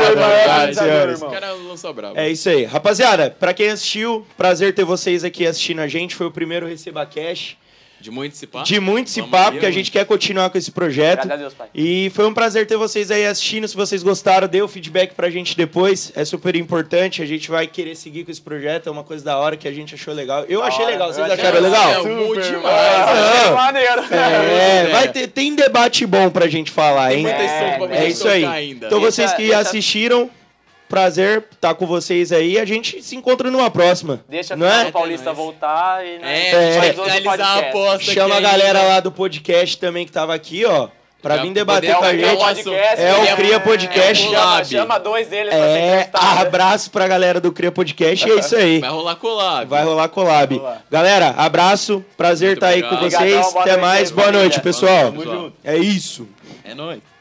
Speaker 4: o
Speaker 1: obrigado,
Speaker 4: maior organizador,
Speaker 1: senhores.
Speaker 2: Os
Speaker 4: irmão.
Speaker 2: caras não são bravos.
Speaker 1: É isso aí. Rapaziada, pra quem assistiu, prazer ter vocês aqui assistindo a gente. Foi o primeiro Receba Cash.
Speaker 2: De muito se pá.
Speaker 1: De muito se
Speaker 2: Vamos
Speaker 1: papo,
Speaker 2: aí,
Speaker 1: porque a
Speaker 2: mano.
Speaker 1: gente quer continuar com esse projeto.
Speaker 3: Graças a Deus, pai.
Speaker 1: E foi um prazer ter vocês aí assistindo. Se vocês gostaram, dê o feedback pra gente depois. É super importante. A gente vai querer seguir com esse projeto. É uma coisa da hora que a gente achou legal. Eu achei
Speaker 3: hora.
Speaker 1: legal. Vocês
Speaker 3: Eu achei
Speaker 1: acharam
Speaker 2: legal.
Speaker 1: legal?
Speaker 2: É, o Mu demais.
Speaker 1: Ah,
Speaker 3: É maneiro.
Speaker 1: É,
Speaker 2: É.
Speaker 1: vai ter, tem debate bom pra gente falar, hein?
Speaker 2: Muita história pra
Speaker 3: É,
Speaker 2: gente
Speaker 1: É isso
Speaker 2: tocar
Speaker 1: aí.
Speaker 2: ainda.
Speaker 1: Então vocês que
Speaker 3: Deixa- deixa-
Speaker 1: assistiram, prazer estar com vocês aí. A gente se encontra numa próxima.
Speaker 3: Deixa a
Speaker 1: não
Speaker 3: final
Speaker 1: é?
Speaker 3: paulista
Speaker 2: É nóis.
Speaker 3: voltar e né,
Speaker 2: É,
Speaker 1: É.
Speaker 2: a gente vai
Speaker 1: Faz
Speaker 3: outro
Speaker 2: finalizar a
Speaker 3: podcast.
Speaker 2: aposta
Speaker 1: Chama a
Speaker 2: aqui
Speaker 1: galera
Speaker 2: ainda.
Speaker 1: lá do podcast também que tava aqui, ó, pra
Speaker 2: Já um
Speaker 1: vir
Speaker 3: É
Speaker 1: debater
Speaker 2: podemos
Speaker 1: com a
Speaker 2: pegar
Speaker 1: gente.
Speaker 2: uma-
Speaker 1: É o
Speaker 3: queria-
Speaker 1: Cria Podcast.
Speaker 3: é, chama,
Speaker 2: Collab.
Speaker 3: chama dois deles pra ser
Speaker 1: É,
Speaker 2: né?
Speaker 3: entrevistado.
Speaker 1: abraço pra galera do Cria Podcast e é isso aí.
Speaker 2: Vai rolar collab.
Speaker 1: Vai rolar collab.
Speaker 4: Vai rolar.
Speaker 1: Galera, abraço, prazer
Speaker 2: Muito
Speaker 1: estar aí com
Speaker 2: obrigado.
Speaker 1: vocês.
Speaker 3: Obrigadão, boa
Speaker 1: Até
Speaker 3: noite,
Speaker 1: mais, boa
Speaker 3: família.
Speaker 1: noite,
Speaker 2: Boa noite,
Speaker 1: pessoal.
Speaker 2: pessoal.
Speaker 1: É isso.
Speaker 2: É nóis.